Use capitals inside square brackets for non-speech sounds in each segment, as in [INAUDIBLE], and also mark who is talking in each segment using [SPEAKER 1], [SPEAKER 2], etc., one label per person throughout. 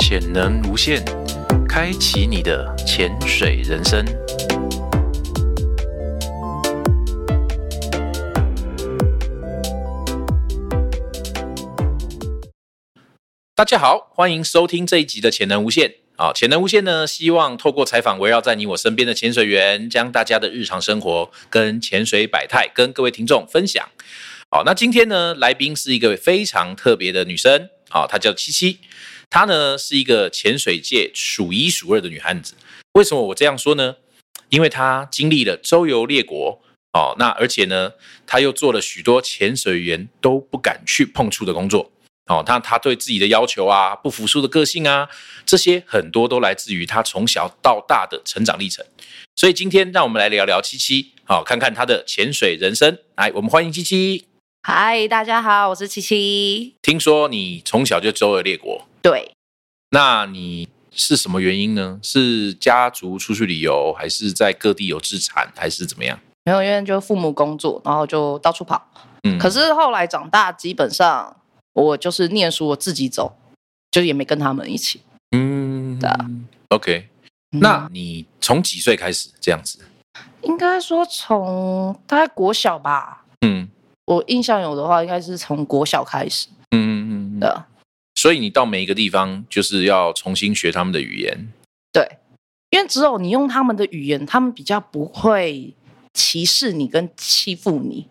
[SPEAKER 1] 潜能无限，开启你的潜水人生。大家好，欢迎收听这一集的《潜能无限》啊！《潜能无限》呢，希望透过采访，围绕在你我身边的潜水员，将大家的日常生活跟潜水百态跟各位听众分享。好，那今天呢，来宾是一个非常特别的女生啊，她叫七七，她呢是一个潜水界数一数二的女汉子。为什么我这样说呢？因为她经历了周游列国哦，那而且呢，她又做了许多潜水员都不敢去碰触的工作哦。那她对自己的要求啊，不服输的个性啊，这些很多都来自于她从小到大的成长历程。所以今天让我们来聊聊七七，好、看看她的潜水人生。来，我们欢迎七七。
[SPEAKER 2] 嗨，大家好，我是七七。
[SPEAKER 1] 听说你从小就周游列国，
[SPEAKER 2] 对，
[SPEAKER 1] 那你是什么原因呢？是家族出去旅游，还是在各地有资产，还是怎么样？
[SPEAKER 2] 没有，因为就父母工作，然后就到处跑。
[SPEAKER 1] 嗯
[SPEAKER 2] 可是后来长大，基本上我就是念书，我自己走，就也没跟他们一起。
[SPEAKER 1] 嗯
[SPEAKER 2] 的
[SPEAKER 1] OK，
[SPEAKER 2] 嗯
[SPEAKER 1] 那你从几岁开始这样子？
[SPEAKER 2] 应该说从大概国小吧，
[SPEAKER 1] 嗯
[SPEAKER 2] 我印象有的话，应该是从国小开始
[SPEAKER 1] 嗯嗯嗯嗯，
[SPEAKER 2] 的。
[SPEAKER 1] 所以你到每一个地方就是要重新学他们的语言。
[SPEAKER 2] 对，因为只有你用他们的语言，他们比较不会歧视你跟欺负你。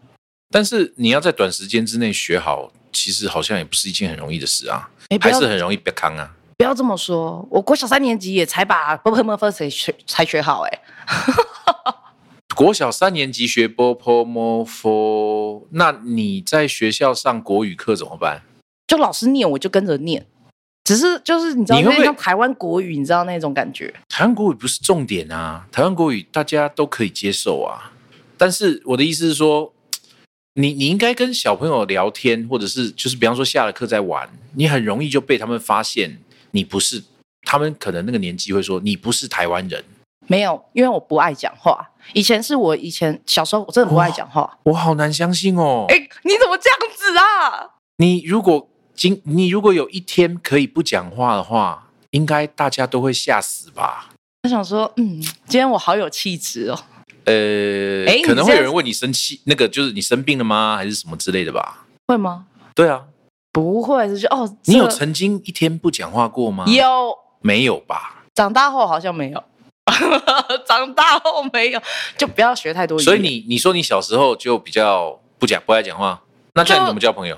[SPEAKER 1] 但是你要在短时间之内学好，其实好像也不是一件很容易的事啊，
[SPEAKER 2] 哎，不
[SPEAKER 1] 还
[SPEAKER 2] 要
[SPEAKER 1] 是很容易被坑啊。
[SPEAKER 2] 不要这么说，我国小三年级也才把 b u b m u f 才学才学好、哎。
[SPEAKER 1] 国小三年级学 b o p o m o f o 那你在学校上国语课怎么办？
[SPEAKER 2] 就老师念我就跟着念，只是就是你知道，
[SPEAKER 1] 你
[SPEAKER 2] 有
[SPEAKER 1] 会不
[SPEAKER 2] 点
[SPEAKER 1] 会
[SPEAKER 2] 像台湾国语，你知道那种感觉。
[SPEAKER 1] 台湾国语不是重点啊，台湾国语大家都可以接受啊。但是我的意思是说，你你应该跟小朋友聊天，或者是就是比方说下了课再玩，你很容易就被他们发现你不是，他们可能那个年纪会说你不是台湾人。
[SPEAKER 2] 没有，因为我不爱讲话。以前是我以前小时候我真的不爱讲话。
[SPEAKER 1] 我好难相信哦。
[SPEAKER 2] 哎、你怎么这样子啊？
[SPEAKER 1] 你如果今你如果有一天可以不讲话的话，应该大家都会吓死吧？
[SPEAKER 2] 我想说，嗯，今天我好有气质哦。
[SPEAKER 1] 呃，
[SPEAKER 2] 哎你
[SPEAKER 1] 可能会
[SPEAKER 2] 这样
[SPEAKER 1] 有人问你生气，那个就是你生病了吗，还是什么之类的吧？
[SPEAKER 2] 会吗？
[SPEAKER 1] 对啊，
[SPEAKER 2] 不会，就是哦，
[SPEAKER 1] 你
[SPEAKER 2] 这
[SPEAKER 1] 有曾经一天不讲话过吗？
[SPEAKER 2] 有
[SPEAKER 1] 没有吧？
[SPEAKER 2] 长大后好像没有， [LAUGHS] 长大后没有，就不要学太多语言。
[SPEAKER 1] 所以你你说你小时候就比较不讲不爱讲话，那这样你
[SPEAKER 2] 就
[SPEAKER 1] 怎么交朋友？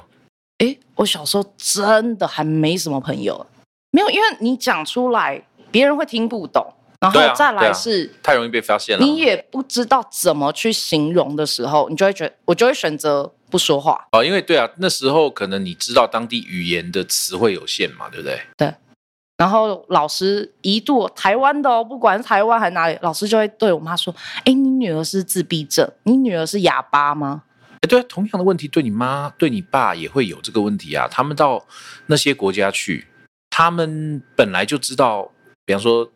[SPEAKER 2] 哎，我小时候真的还没什么朋友，没有，因为你讲出来，别人会听不懂，然后
[SPEAKER 1] 对啊
[SPEAKER 2] 再
[SPEAKER 1] 对
[SPEAKER 2] 来
[SPEAKER 1] 啊
[SPEAKER 2] 是、
[SPEAKER 1] 太容易被发现了。
[SPEAKER 2] 你也不知道怎么去形容的时候，你就会觉我就会选择不说话。
[SPEAKER 1] 哦，因为对啊，那时候可能你知道当地语言的词汇有限嘛，对不哎对？
[SPEAKER 2] 然后老师一度台湾的哦，不管是台湾还哪里，老师就会对我妈说：“哎，你女儿是自闭症，你女儿是哑巴吗
[SPEAKER 1] 哎，对啊，同样的问题对你妈、对你爸也会有这个问题啊。他们到那些国家去，他们本来就知道，比方说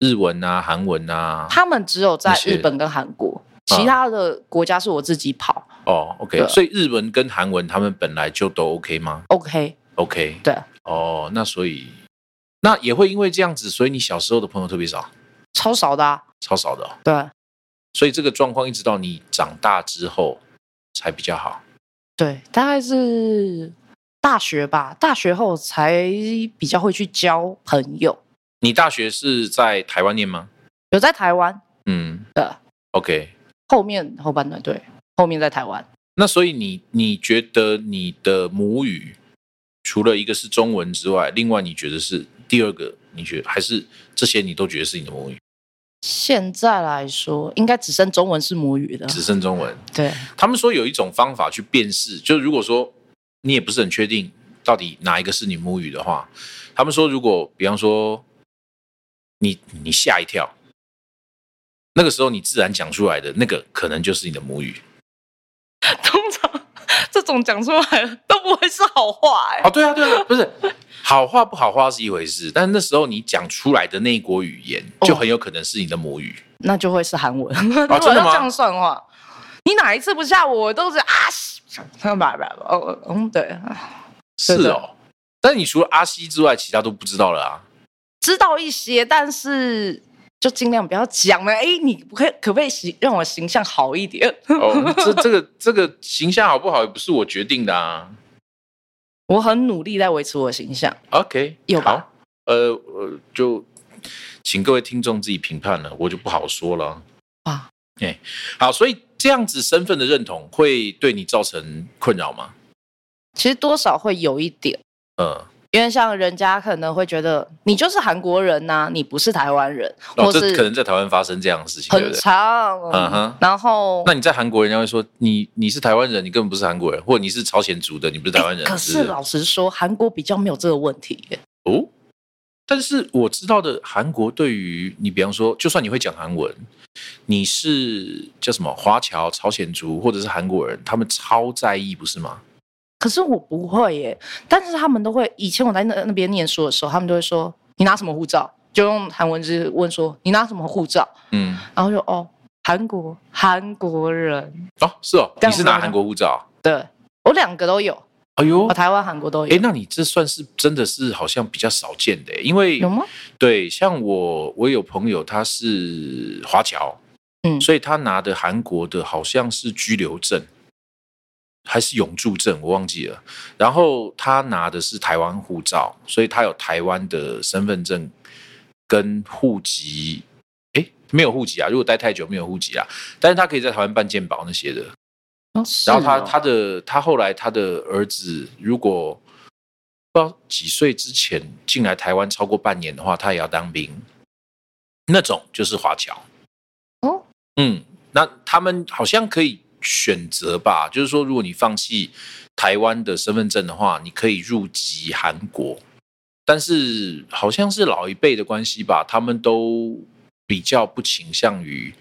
[SPEAKER 1] 日文啊、韩文？”啊。
[SPEAKER 2] 他们只有在
[SPEAKER 1] 那些
[SPEAKER 2] 日本跟韩国，
[SPEAKER 1] 啊
[SPEAKER 2] 其他的国家是我自己跑。
[SPEAKER 1] 哦，OK，
[SPEAKER 2] 对
[SPEAKER 1] 所以日文跟韩文他们本来就都 OK 吗
[SPEAKER 2] OK，
[SPEAKER 1] ？OK，
[SPEAKER 2] 对，
[SPEAKER 1] 哦，那所以那也会因为这样子，所以你小时候的朋友特别少，
[SPEAKER 2] 超少的、啊，
[SPEAKER 1] 超少的哦、
[SPEAKER 2] 对
[SPEAKER 1] 所以这个状况一直到你长大之后才比较好。
[SPEAKER 2] 对，大概是大学吧，大学后才比较会去交朋友。
[SPEAKER 1] 你大学是在台湾念吗？
[SPEAKER 2] 有在台湾
[SPEAKER 1] 嗯
[SPEAKER 2] 的
[SPEAKER 1] ，OK。
[SPEAKER 2] 后面后半段，对，后面在台湾。
[SPEAKER 1] 那所以你你觉得你的母语除了一个是中文之外，另外你觉得是第二个？你觉得还是这些你都觉得是你的母语？
[SPEAKER 2] 现在来说，应该只剩中文是母语的。
[SPEAKER 1] 只剩中文。 [LAUGHS]
[SPEAKER 2] 对，
[SPEAKER 1] 他们说有一种方法去辨识，就是如果说你也不是很确定到底哪一个是你母语的话，他们说如果比方说你你吓一跳，那个时候你自然讲出来的那个可能就是你的母语。
[SPEAKER 2] 通常这种讲出来都不会是好话哎、
[SPEAKER 1] 哦，对啊，对啊，不是好话不好话是一回事，但那时候你讲出来的那一国语言
[SPEAKER 2] 哦
[SPEAKER 1] 就很有可能是你的母语。
[SPEAKER 2] 那就会是韩 [LAUGHS] 文。
[SPEAKER 1] 啊真的吗
[SPEAKER 2] 如果要这样算的话，你哪一次不吓我，我都是啊，西嗯吧吧吧哦嗯对，
[SPEAKER 1] 是
[SPEAKER 2] 对
[SPEAKER 1] 哦，但你除了阿西之外，其他都不知道了啊。
[SPEAKER 2] 知道一些，但是就尽量不要讲了。哎，你不可以可不可以形让我形象好一点？ [LAUGHS]
[SPEAKER 1] 哦，这这个这个形象好不好也不是我决定的啊。
[SPEAKER 2] 我很努力在维持我的形象。
[SPEAKER 1] OK，
[SPEAKER 2] 有吧
[SPEAKER 1] 好？呃，呃就请各位听众自己评判了，我就不好说了。
[SPEAKER 2] 哇，
[SPEAKER 1] 哎、好，所以这样子身份的认同会对你造成困扰吗？
[SPEAKER 2] 其实多少会有一点，
[SPEAKER 1] 呃，
[SPEAKER 2] 因为像人家可能会觉得你就是韩国人呐、你不是台湾人，
[SPEAKER 1] 哦，
[SPEAKER 2] 或
[SPEAKER 1] 这可能
[SPEAKER 2] 是
[SPEAKER 1] 在台湾发生这样的事情，对
[SPEAKER 2] 很
[SPEAKER 1] 不对？
[SPEAKER 2] 长。
[SPEAKER 1] 嗯哼
[SPEAKER 2] 然后
[SPEAKER 1] 那你在韩国，人家会说你你是台湾人，你根本不是韩国人，或者你是朝鲜族的，你不是台湾人。
[SPEAKER 2] 哎可
[SPEAKER 1] 不
[SPEAKER 2] 是老实说，韩国比较没有这个问题耶。
[SPEAKER 1] 哦，但是我知道的韩国对于你，比方说，就算你会讲韩文，你是叫什么华侨、朝鲜族或者是韩国人，他们超在意，不是吗？
[SPEAKER 2] 可是我不会耶，但是他们都会。以前我在那那边念书的时候，他们都会说：“你拿什么护照？”就用韩文就是问说：“你拿什么护照
[SPEAKER 1] 嗯，？”
[SPEAKER 2] 然后就哦，韩国韩国人，
[SPEAKER 1] 哦，是哦，
[SPEAKER 2] 这
[SPEAKER 1] 你
[SPEAKER 2] 样
[SPEAKER 1] 是
[SPEAKER 2] 子
[SPEAKER 1] 拿
[SPEAKER 2] 吗哦
[SPEAKER 1] 韩国护照？
[SPEAKER 2] 对我两个都有，
[SPEAKER 1] 哎呦
[SPEAKER 2] 我，台湾、韩国都
[SPEAKER 1] 哎
[SPEAKER 2] 有，，
[SPEAKER 1] 那你这算是真的是好像比较少见的，因为
[SPEAKER 2] 有吗？
[SPEAKER 1] 对，像我我有朋友他是华侨，
[SPEAKER 2] 嗯
[SPEAKER 1] 所以他拿的韩国的好像是居留证。还是永住证，我忘记了。然后他拿的是台湾护照，所以他有台湾的身份证跟户籍。诶，没有户籍啊！如果待太久没有户籍啊，但是他可以在台湾办健保那些的。
[SPEAKER 2] 哦是
[SPEAKER 1] 然后他
[SPEAKER 2] 哦
[SPEAKER 1] 他的他后来他的儿子如果不知道几岁之前进来台湾超过半年的话，他也要当兵。那种就是华侨。
[SPEAKER 2] 哦，
[SPEAKER 1] 嗯，那他们好像可以选择吧，就是说，如果你放弃台湾的身份证的话，你可以入籍韩国。但是好像是老一辈的关系吧，他们都比较不倾向于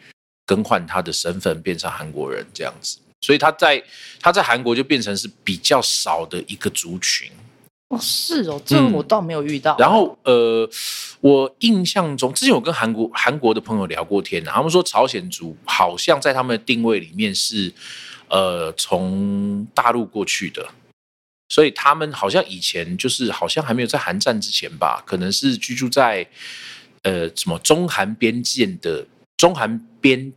[SPEAKER 1] 更换他的身份，变成韩国人这样子。所以他在他在韩国就变成是比较少的一个族群。
[SPEAKER 2] 哦是哦，这个
[SPEAKER 1] 嗯
[SPEAKER 2] 我倒没有遇到。
[SPEAKER 1] 然后呃，我印象中之前有跟韩国韩国的朋友聊过天、啊，他们说朝鲜族好像在他们的定位里面是呃从大陆过去的。所以他们好像以前就是好像还没有在韩战之前吧，可能是居住在呃什么中韩边境的中韩边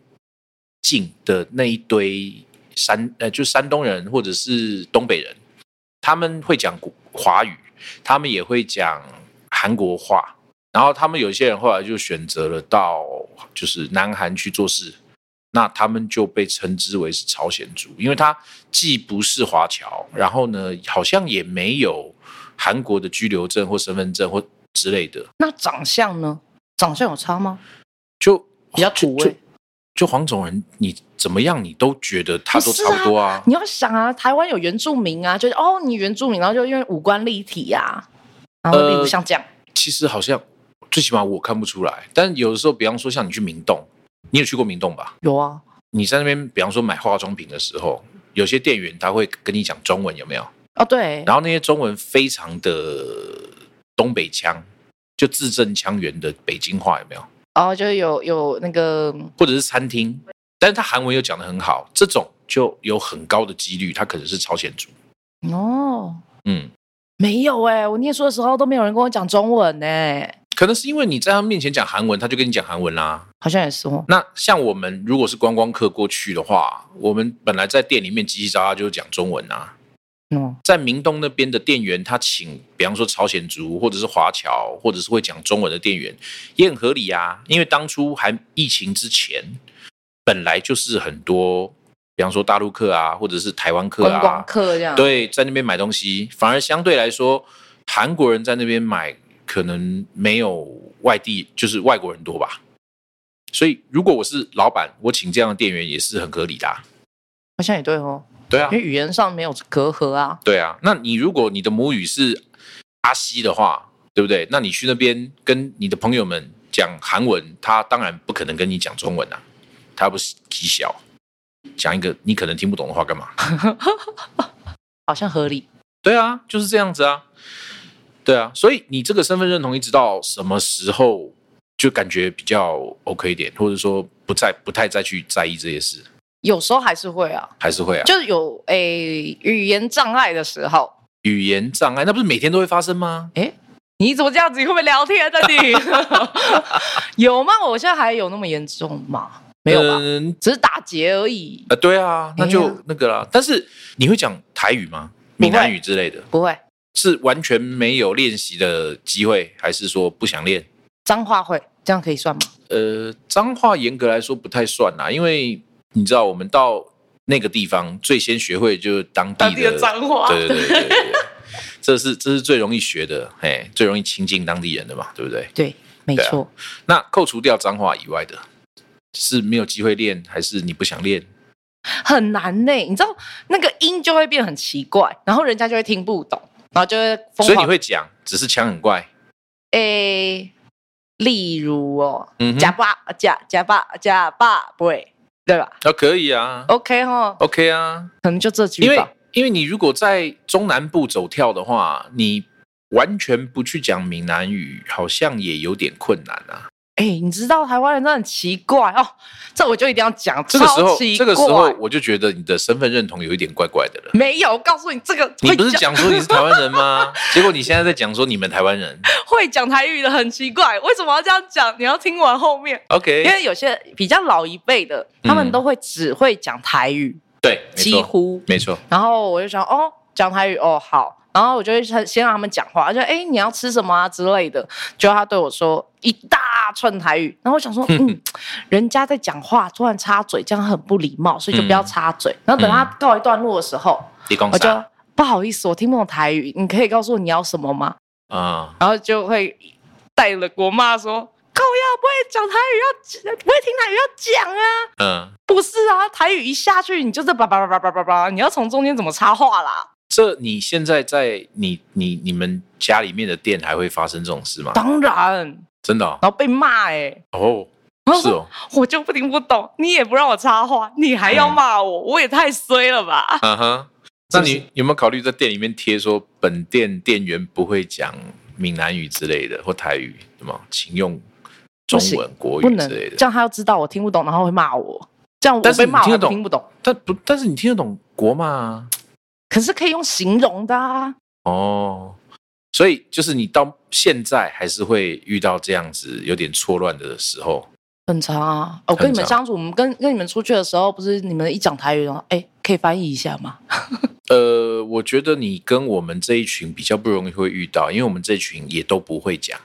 [SPEAKER 1] 境的那一堆山呃，就山东人或者是东北人，他们会讲古华语，他们也会讲韩国话，然后他们有一些人后来就选择了到就是南韩去做事，那他们就被称之为是朝鲜族，因为他既不是华侨，然后呢，好像也没有韩国的居留证或身份证或之类的，
[SPEAKER 2] 那长相呢？长相有差吗？
[SPEAKER 1] 就
[SPEAKER 2] 比较土味
[SPEAKER 1] 就就就黄种人，你怎么样，你都觉得他都差不多啊。
[SPEAKER 2] 你要想啊，台湾有原住民啊，就是哦，你原住民，然后就因为五官立体啊，然后例如
[SPEAKER 1] 呃
[SPEAKER 2] 像这样，
[SPEAKER 1] 其实好像最起码我看不出来，但有的时候，比方说像你去明洞，你有去过明洞吧？
[SPEAKER 2] 有啊，
[SPEAKER 1] 你在那边，比方说买化妆品的时候，有些店员他会跟你讲中文，有没有？
[SPEAKER 2] 哦对，
[SPEAKER 1] 然后那些中文非常的东北腔，就字正腔圆的北京话，有没有？
[SPEAKER 2] 然后哦就有有那个
[SPEAKER 1] 或者是餐厅，但是他韩文又讲得很好，这种就有很高的几率他可能是朝鲜族。
[SPEAKER 2] 哦，
[SPEAKER 1] 嗯，
[SPEAKER 2] 没有哎、我念书的时候都没有人跟我讲中文呢、欸
[SPEAKER 1] 可能是因为你在他面前讲韩文，他就跟你讲韩文啦。
[SPEAKER 2] 好像也是哦，
[SPEAKER 1] 那像我们如果是观光客过去的话，我们本来在店里面叽叽喳喳就讲中文啊。
[SPEAKER 2] 嗯，
[SPEAKER 1] 在明东那边的店员，他请比方说朝鲜族或者是华侨，或者是会讲中文的店员，也很合理啊。因为当初还疫情之前，本来就是很多，比方说大陆客啊，或者是台湾客啊，
[SPEAKER 2] 观光客这样，，
[SPEAKER 1] 对，在那边买东西，反而相对来说，韩国人在那边买可能没有外地就是外国人多吧。所以如果我是老板，我请这样的店员也是很合理的、啊。
[SPEAKER 2] 好像也对哦，
[SPEAKER 1] 对啊
[SPEAKER 2] 因为语言上没有隔阂啊。
[SPEAKER 1] 对啊，那你如果你的母语是阿西的话，对不对？那你去那边跟你的朋友们讲韩文，他当然不可能跟你讲中文啊，他不是极小，讲一个你可能听不懂的话干嘛？
[SPEAKER 2] 好像合理。
[SPEAKER 1] 对啊，就是这样子啊，对啊，所以你这个身份认同一直到什么时候就感觉比较 OK 一点，或者说不再不太再去在意这些事，
[SPEAKER 2] 有时候还是会啊，
[SPEAKER 1] 还是会啊？
[SPEAKER 2] 就是有诶、语言障碍的时候，
[SPEAKER 1] 语言障碍那不是每天都会发生吗？
[SPEAKER 2] 诶、你怎么这样子？你会不会聊天啊你？ [LAUGHS] 有吗？我现在还有那么严重吗？没有吧，
[SPEAKER 1] 嗯
[SPEAKER 2] 只是打结而已
[SPEAKER 1] 啊、，对啊，那
[SPEAKER 2] 哎
[SPEAKER 1] 就
[SPEAKER 2] 呀
[SPEAKER 1] 那个啦。但是你会讲台语吗？
[SPEAKER 2] 不会
[SPEAKER 1] 闽南语之类的，
[SPEAKER 2] 不会。
[SPEAKER 1] 是完全没有练习的机会，还是说不想练？
[SPEAKER 2] 脏话会，这样可以算吗？
[SPEAKER 1] 呃，脏话严格来说不太算啦，因为你知道，我们到那个地方最先学会就是当地的
[SPEAKER 2] 话
[SPEAKER 1] 对对对对对对，这是这是最容易学的，哎，最容易亲近当地人的嘛，对不对？
[SPEAKER 2] [LAUGHS] 对，没
[SPEAKER 1] 对啊
[SPEAKER 2] 错。
[SPEAKER 1] 那扣除掉脏话以外的，是没有机会练，还是你不想练？
[SPEAKER 2] 很难呢、你知道那个音就会变很奇怪，然后人家就会听不懂，然后就会疯狂。
[SPEAKER 1] 所以你会讲，只是腔很怪。
[SPEAKER 2] 诶、例如哦
[SPEAKER 1] 嗯，哼
[SPEAKER 2] 假爸假假爸假爸不会，对吧
[SPEAKER 1] 啊，可以啊
[SPEAKER 2] ？OK 哈，
[SPEAKER 1] ，OK 啊，
[SPEAKER 2] 可能就这句
[SPEAKER 1] 因为
[SPEAKER 2] 吧。
[SPEAKER 1] 因为你如果在中南部走跳的话，你完全不去讲闽南语，好像也有点困难啊。
[SPEAKER 2] 哎、你知道台湾人真的很奇怪哦，这我就一定要讲，
[SPEAKER 1] 这个时
[SPEAKER 2] 超
[SPEAKER 1] 候
[SPEAKER 2] 奇，
[SPEAKER 1] 这个时候
[SPEAKER 2] 怪
[SPEAKER 1] 我就觉得你的身份认同有一点怪怪的了。
[SPEAKER 2] 没有，我告诉你，这个
[SPEAKER 1] 你
[SPEAKER 2] 会
[SPEAKER 1] 不是讲说你是台湾人
[SPEAKER 2] [LAUGHS]
[SPEAKER 1] 吗？结果你现在在讲说你们台湾人。
[SPEAKER 2] 会讲台语的很奇怪，为什么要这样讲？你要听完后面，
[SPEAKER 1] OK，
[SPEAKER 2] 因为有些比较老一辈的，他们
[SPEAKER 1] 嗯
[SPEAKER 2] 都会只会讲台语，
[SPEAKER 1] 对，没错
[SPEAKER 2] 几乎
[SPEAKER 1] 没错。
[SPEAKER 2] 然后我就想，哦，讲台语，哦，好。然后我就会先先让他们讲话，就哎，你要吃什么啊之类的。结果他对我说一大串台语，然后我想说，嗯，人家在讲话，突然插嘴，这样很不礼貌，所以就不要插嘴。然后等他告一段落的时候，
[SPEAKER 1] 你讲
[SPEAKER 2] 我就
[SPEAKER 1] 啥
[SPEAKER 2] 不好意思，我听不懂台语，你可以告诉我你要什么吗？
[SPEAKER 1] 啊？
[SPEAKER 2] 然后就会带了我妈说，靠呀，不会讲台语，要不会听台语要讲啊。
[SPEAKER 1] 嗯，
[SPEAKER 2] 不是啊，台语一下去，你就是叭叭叭叭叭叭叭，你要从中间怎么插话啦？
[SPEAKER 1] 这你现在在你你你们家里面的店还会发生这种事吗？
[SPEAKER 2] 当然，
[SPEAKER 1] 真的哦
[SPEAKER 2] 然后被骂哎、欸，
[SPEAKER 1] 哦，
[SPEAKER 2] 然后
[SPEAKER 1] 是
[SPEAKER 2] 说
[SPEAKER 1] 哦，
[SPEAKER 2] 我就不听不懂，你也不让我插话，你还要骂我，我也太衰了吧？
[SPEAKER 1] 嗯哼。
[SPEAKER 2] 是
[SPEAKER 1] 那
[SPEAKER 2] 不是
[SPEAKER 1] 你有没有考虑在店里面贴说本店店员不会讲闽南语之类的或台语，什么请用中
[SPEAKER 2] 不
[SPEAKER 1] 文
[SPEAKER 2] 行、
[SPEAKER 1] 国
[SPEAKER 2] 不
[SPEAKER 1] 语
[SPEAKER 2] 能
[SPEAKER 1] 之类
[SPEAKER 2] 这
[SPEAKER 1] 的？
[SPEAKER 2] 样，他要知道我听不懂，然后会骂我，这样我
[SPEAKER 1] 但是
[SPEAKER 2] 被
[SPEAKER 1] 你
[SPEAKER 2] 骂我
[SPEAKER 1] 听
[SPEAKER 2] 还
[SPEAKER 1] 得懂
[SPEAKER 2] 不听不懂，
[SPEAKER 1] 但不，但是你听得懂国骂啊？
[SPEAKER 2] 可是可以用形容的啊，
[SPEAKER 1] 哦，所以就是你到现在还是会遇到这样子有点错乱的时候。
[SPEAKER 2] 很长啊。我、
[SPEAKER 1] 很
[SPEAKER 2] 跟你们
[SPEAKER 1] 长
[SPEAKER 2] 相处，我们跟跟你们出去的时候，不是你们一讲台语，然后哎，可以翻译一下吗？
[SPEAKER 1] 呃，我觉得你跟我们这一群比较不容易会遇到，因为我们这群也都不会讲，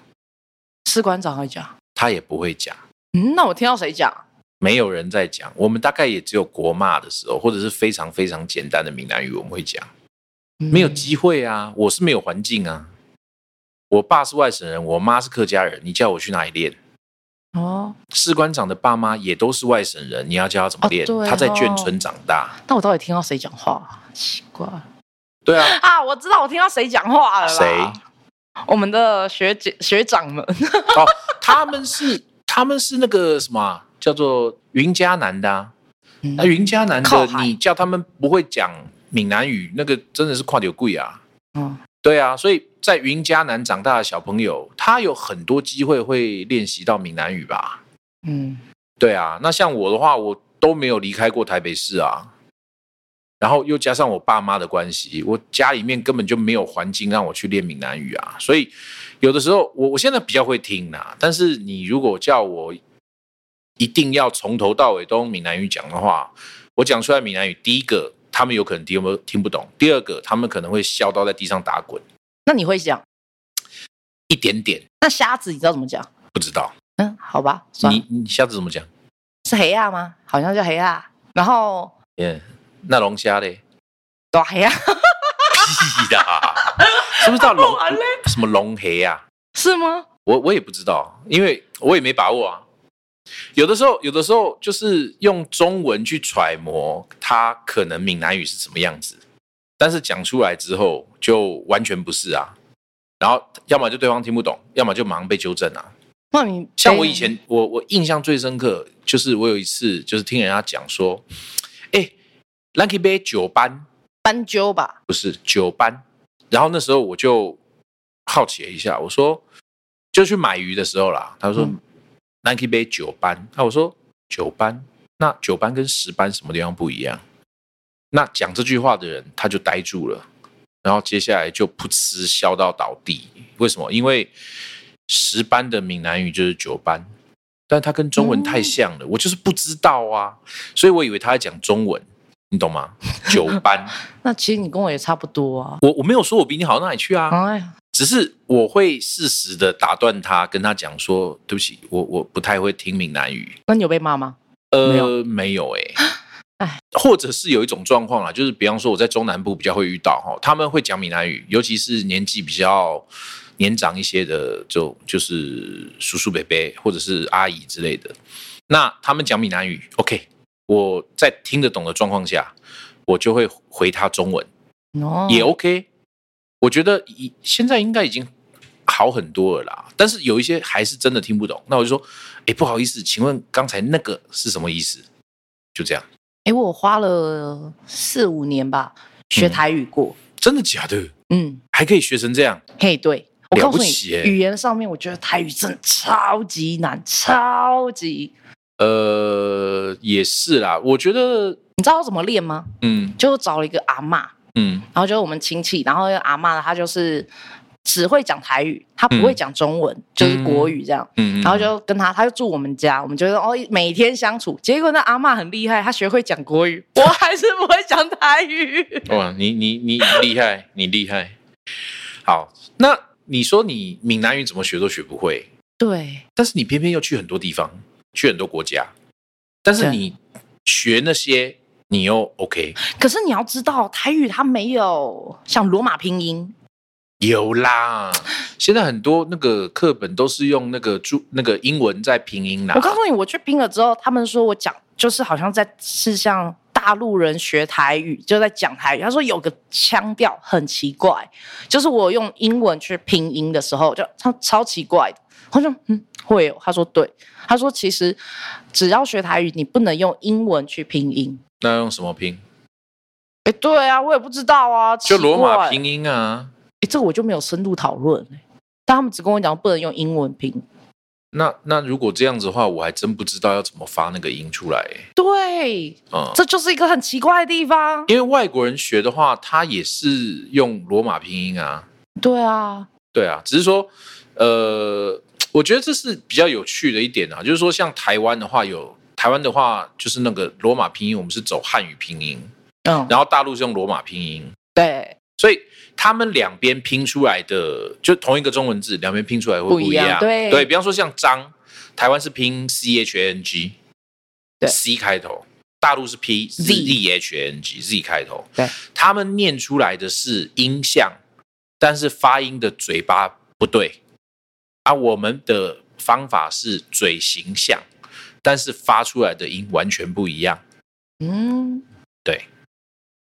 [SPEAKER 2] 士官长会讲，
[SPEAKER 1] 他也不会讲，
[SPEAKER 2] 嗯，那我听到谁讲？
[SPEAKER 1] 没有人在讲。我们大概也只有国骂的时候，或者是非常非常简单的闽南语我们会讲，
[SPEAKER 2] 嗯
[SPEAKER 1] 没有机会啊，我是没有环境啊。我爸是外省人，我妈是客家人，你叫我去哪里练？
[SPEAKER 2] 哦，
[SPEAKER 1] 士官长的爸妈也都是外省人，你要教他怎么
[SPEAKER 2] 哦
[SPEAKER 1] 练？
[SPEAKER 2] 对
[SPEAKER 1] 他在眷
[SPEAKER 2] 哦
[SPEAKER 1] 村长大，
[SPEAKER 2] 那我到底听到谁讲话？啊奇怪
[SPEAKER 1] 对啊，
[SPEAKER 2] 啊，我知道我听到谁讲话了啦。
[SPEAKER 1] [LAUGHS] 谁？
[SPEAKER 2] 我们的学姐学长们，
[SPEAKER 1] 哦，他们是他们是那个什么啊叫做云嘉南的、啊，
[SPEAKER 2] 嗯
[SPEAKER 1] 那云嘉南
[SPEAKER 2] 靠
[SPEAKER 1] 的
[SPEAKER 2] 海
[SPEAKER 1] 你叫他们不会讲闽南语，那个真的是跨流贵啊。
[SPEAKER 2] 嗯，
[SPEAKER 1] 对啊，所以在云嘉南长大的小朋友，他有很多机会会练习到闽南语吧？
[SPEAKER 2] 嗯，
[SPEAKER 1] 对啊，那像我的话，我都没有离开过台北市啊。然后又加上我爸妈的关系，我家里面根本就没有环境让我去练闽南语啊，所以有的时候我我现在比较会听啦、但是你如果叫我一定要从头到尾都用闽南语讲的话，我讲出来闽南语，第一个他们有可能听不听不懂，第二个他们可能会笑到在地上打滚，
[SPEAKER 2] 那你会讲？
[SPEAKER 1] 一点点
[SPEAKER 2] 那瞎子你知道怎么讲？
[SPEAKER 1] 不知道。
[SPEAKER 2] 嗯，好吧，算了
[SPEAKER 1] 你你下次怎么讲？
[SPEAKER 2] 是黑亚吗？好像叫黑亚，然后
[SPEAKER 1] 嗯，那龙虾嘞？
[SPEAKER 2] 多黑亚
[SPEAKER 1] 屁
[SPEAKER 2] [LAUGHS]
[SPEAKER 1] 啦，啊是不是叫龙
[SPEAKER 2] 玩嘞
[SPEAKER 1] 什么龙黑啊？
[SPEAKER 2] [LAUGHS] 是吗？
[SPEAKER 1] 我我也不知道，因为我也没把握啊。有的时候，有的时候就是用中文去揣摩它可能闽南语是什么样子，但是讲出来之后就完全不是啊。然后要么就对方听不懂，要么就马上被纠正啊。
[SPEAKER 2] 那你哎
[SPEAKER 1] 像我以前，我我印象最深刻就是我有一次就是听人家讲说，哎、l u c k y 杯九班
[SPEAKER 2] 斑鸠吧，
[SPEAKER 1] 不是九班，然后那时候我就好奇了一下，我说就去买鱼的时候啦，他说、
[SPEAKER 2] 嗯
[SPEAKER 1] Nike 杯九班，那我说九班，那九班跟十班什么地方不一样？那讲这句话的人他就呆住了，然后接下来就噗嗤笑到倒地。为什么？因为十班的闽南语就是九班，但它跟中文太像了，我就是不知道啊，所以我以为他在讲中文，你懂吗？九班，
[SPEAKER 2] 那其实你跟我也差不多啊。
[SPEAKER 1] 我我没有说我比你好到哪里去啊，
[SPEAKER 2] 哎呀，
[SPEAKER 1] 只是我会适时的打断他，跟他讲说，对不起，我我不太会听闽南语，
[SPEAKER 2] 那你有被骂吗？没
[SPEAKER 1] 呃，
[SPEAKER 2] 有
[SPEAKER 1] 没有哎、
[SPEAKER 2] 唉
[SPEAKER 1] 或者是有一种状况啦，就是比方说我在中南部比较会遇到哈，他们会讲闽南语，尤其是年纪比较年长一些的，就就是叔叔伯伯或者是阿姨之类的，那他们讲闽南语，OK，我在听得懂的状况下，我就会回他中文。
[SPEAKER 2] 哦，
[SPEAKER 1] 也 OK。我觉得以现在应该已经好很多了啦，但是有一些还是真的听不懂。那我就说，哎、不好意思，请问刚才那个是什么意思？就这样，
[SPEAKER 2] 哎、我花了四五年吧学台语过，
[SPEAKER 1] 真的假的？
[SPEAKER 2] 嗯，
[SPEAKER 1] 还可以学成这样？
[SPEAKER 2] 嘿，对。我
[SPEAKER 1] 了
[SPEAKER 2] 告
[SPEAKER 1] 不
[SPEAKER 2] 诉你
[SPEAKER 1] 起耶，
[SPEAKER 2] 语言上面我觉得台语真的超级难，超级。
[SPEAKER 1] 呃，也是啦。我觉得，
[SPEAKER 2] 你知道我怎么练吗？
[SPEAKER 1] 嗯
[SPEAKER 2] 就找了一个阿嬷，
[SPEAKER 1] 嗯
[SPEAKER 2] 然后就是我们亲戚，然后那个阿嬷她就是只会讲台语，她不会
[SPEAKER 1] 嗯
[SPEAKER 2] 讲中文，就是国语这样。
[SPEAKER 1] 嗯，
[SPEAKER 2] 然后就跟她，她就住我们家，我们就是哦每天相处。结果那阿嬷很厉害，她学会讲国语，我还是不会讲台语。
[SPEAKER 1] [LAUGHS] 嗯哇，你你你厉害，你厉害。好，那你说你闽南语怎么学都学不会，
[SPEAKER 2] 对，
[SPEAKER 1] 但是你偏偏又去很多地方，去很多国家，但是
[SPEAKER 2] 对
[SPEAKER 1] 你学那些，你又 OK
[SPEAKER 2] 可是你要知道，台语它没有像罗马拼音，
[SPEAKER 1] 有啦。现在很多那个课本都是用那个注那个英文在拼音啦
[SPEAKER 2] 我。告诉你，我去拼了之后，他们说我讲就是好像在是像大陆人学台语，就在讲台语。他说有个腔调很奇怪，就是我用英文去拼音的时候，就超超奇怪的。我说嗯会哦，他说对，他说其实只要学台语，你不能用英文去拼音。
[SPEAKER 1] 那用什么拼？
[SPEAKER 2] 哎，对啊，我也不知道啊，
[SPEAKER 1] 就罗马
[SPEAKER 2] 音。
[SPEAKER 1] 拼音啊。
[SPEAKER 2] 哎，这个我就没有深入讨论、欸但他们只跟我讲不能用英文拼。
[SPEAKER 1] 那那如果这样子的话，我还真不知道要怎么发那个音出来、欸。
[SPEAKER 2] 对，
[SPEAKER 1] 嗯，
[SPEAKER 2] 这就是一个很奇怪的地方。
[SPEAKER 1] 因为外国人学的话，他也是用罗马拼音啊。
[SPEAKER 2] 对啊，
[SPEAKER 1] 对啊，只是说，呃，我觉得这是比较有趣的一点啊，就是说，像台湾的话有，台湾的话就是那个罗马拼音，我们是走汉语拼音，
[SPEAKER 2] 嗯，
[SPEAKER 1] 然后大陆是用罗马拼音，
[SPEAKER 2] 对，
[SPEAKER 1] 所以他们两边拼出来的，就同一个中文字，两边拼出来会
[SPEAKER 2] 不
[SPEAKER 1] 一
[SPEAKER 2] 一样对
[SPEAKER 1] 比方说像张，台湾是拼 C H A N G，
[SPEAKER 2] 对
[SPEAKER 1] ，C 开头，大陆是 P Z
[SPEAKER 2] Z
[SPEAKER 1] H A N G Z 开头，
[SPEAKER 2] 对，
[SPEAKER 1] 他们念出来的是音像，但是发音的嘴巴不对，啊，我们的方法是嘴形像，但是发出来的音完全不一样。
[SPEAKER 2] 嗯，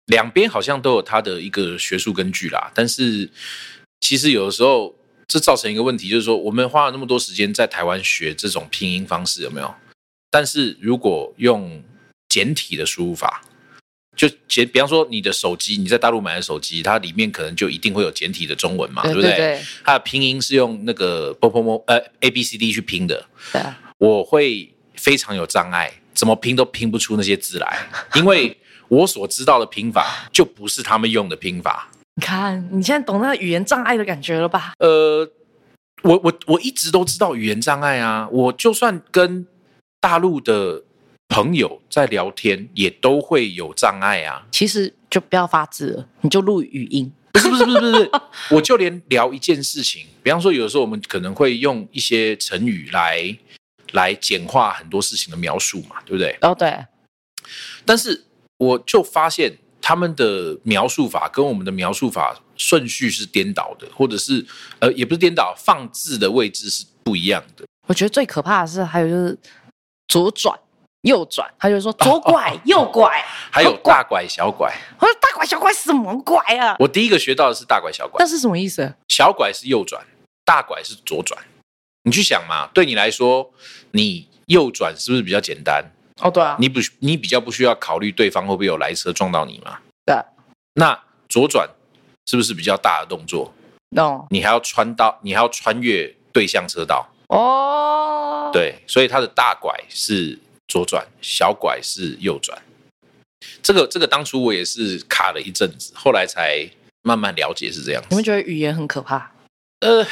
[SPEAKER 1] 两边好像都有它的一个学术根据啦，但是其实有的时候这造成一个问题，就是说我们花了那么多时间在台湾学这种拼音方式，有没有？但是如果用简体的输入法，就简，比方说你的手机，你在大陆买的手机，它里面可能就一定会有简体的中文嘛，
[SPEAKER 2] 对
[SPEAKER 1] 不
[SPEAKER 2] 对对
[SPEAKER 1] 它的拼音是用那个 b o p mo 呃 a b c d 去拼的，
[SPEAKER 2] 对，
[SPEAKER 1] 我会非常有障碍，怎么拼都拼不出那些字来，因为我所知道的拼法就不是他们用的拼法。
[SPEAKER 2] 你看，你现在懂那个语言障碍的感觉了吧？
[SPEAKER 1] 呃，我我我一直都知道语言障碍啊，我就算跟大陆的朋友在聊天，也都会有障碍啊。
[SPEAKER 2] 其实就不要发字了，你就录语音。
[SPEAKER 1] 不是不是不是不是，我就连聊一件事情，比方说有的时候我们可能会用一些成语来来简化很多事情的描述嘛，对不对？
[SPEAKER 2] 哦，对，
[SPEAKER 1] 但是我就发现他们的描述法跟我们的描述法顺序是颠倒的，或者是呃，也不是颠倒，放置的位置是不一样的。
[SPEAKER 2] 我觉得最可怕的是还有就是左转右转，他就说左拐、右拐，
[SPEAKER 1] 还有大拐小拐，
[SPEAKER 2] [LAUGHS] 我说大拐小拐什么拐啊？ [LAUGHS]
[SPEAKER 1] 我第一个学到的是大拐小拐
[SPEAKER 2] 那，是什么意思？
[SPEAKER 1] 小拐是右转，大拐是左转。你去想嘛，对你来说，你右转是不是比较简单？
[SPEAKER 2] 哦，对啊，
[SPEAKER 1] 你不你比较不需要考虑对方会不会有来车撞到你嘛？
[SPEAKER 2] 对，
[SPEAKER 1] 那左转是不是比较大的动作？
[SPEAKER 2] 哦
[SPEAKER 1] 你还要穿到，你还要穿越对向车道，
[SPEAKER 2] 哦，，
[SPEAKER 1] 对，所以它的大拐是左转，小拐是右转。这个这个当初我也是卡了一阵子，后来才慢慢了解是这样子。
[SPEAKER 2] 你们觉得语言很可怕？
[SPEAKER 1] 呃，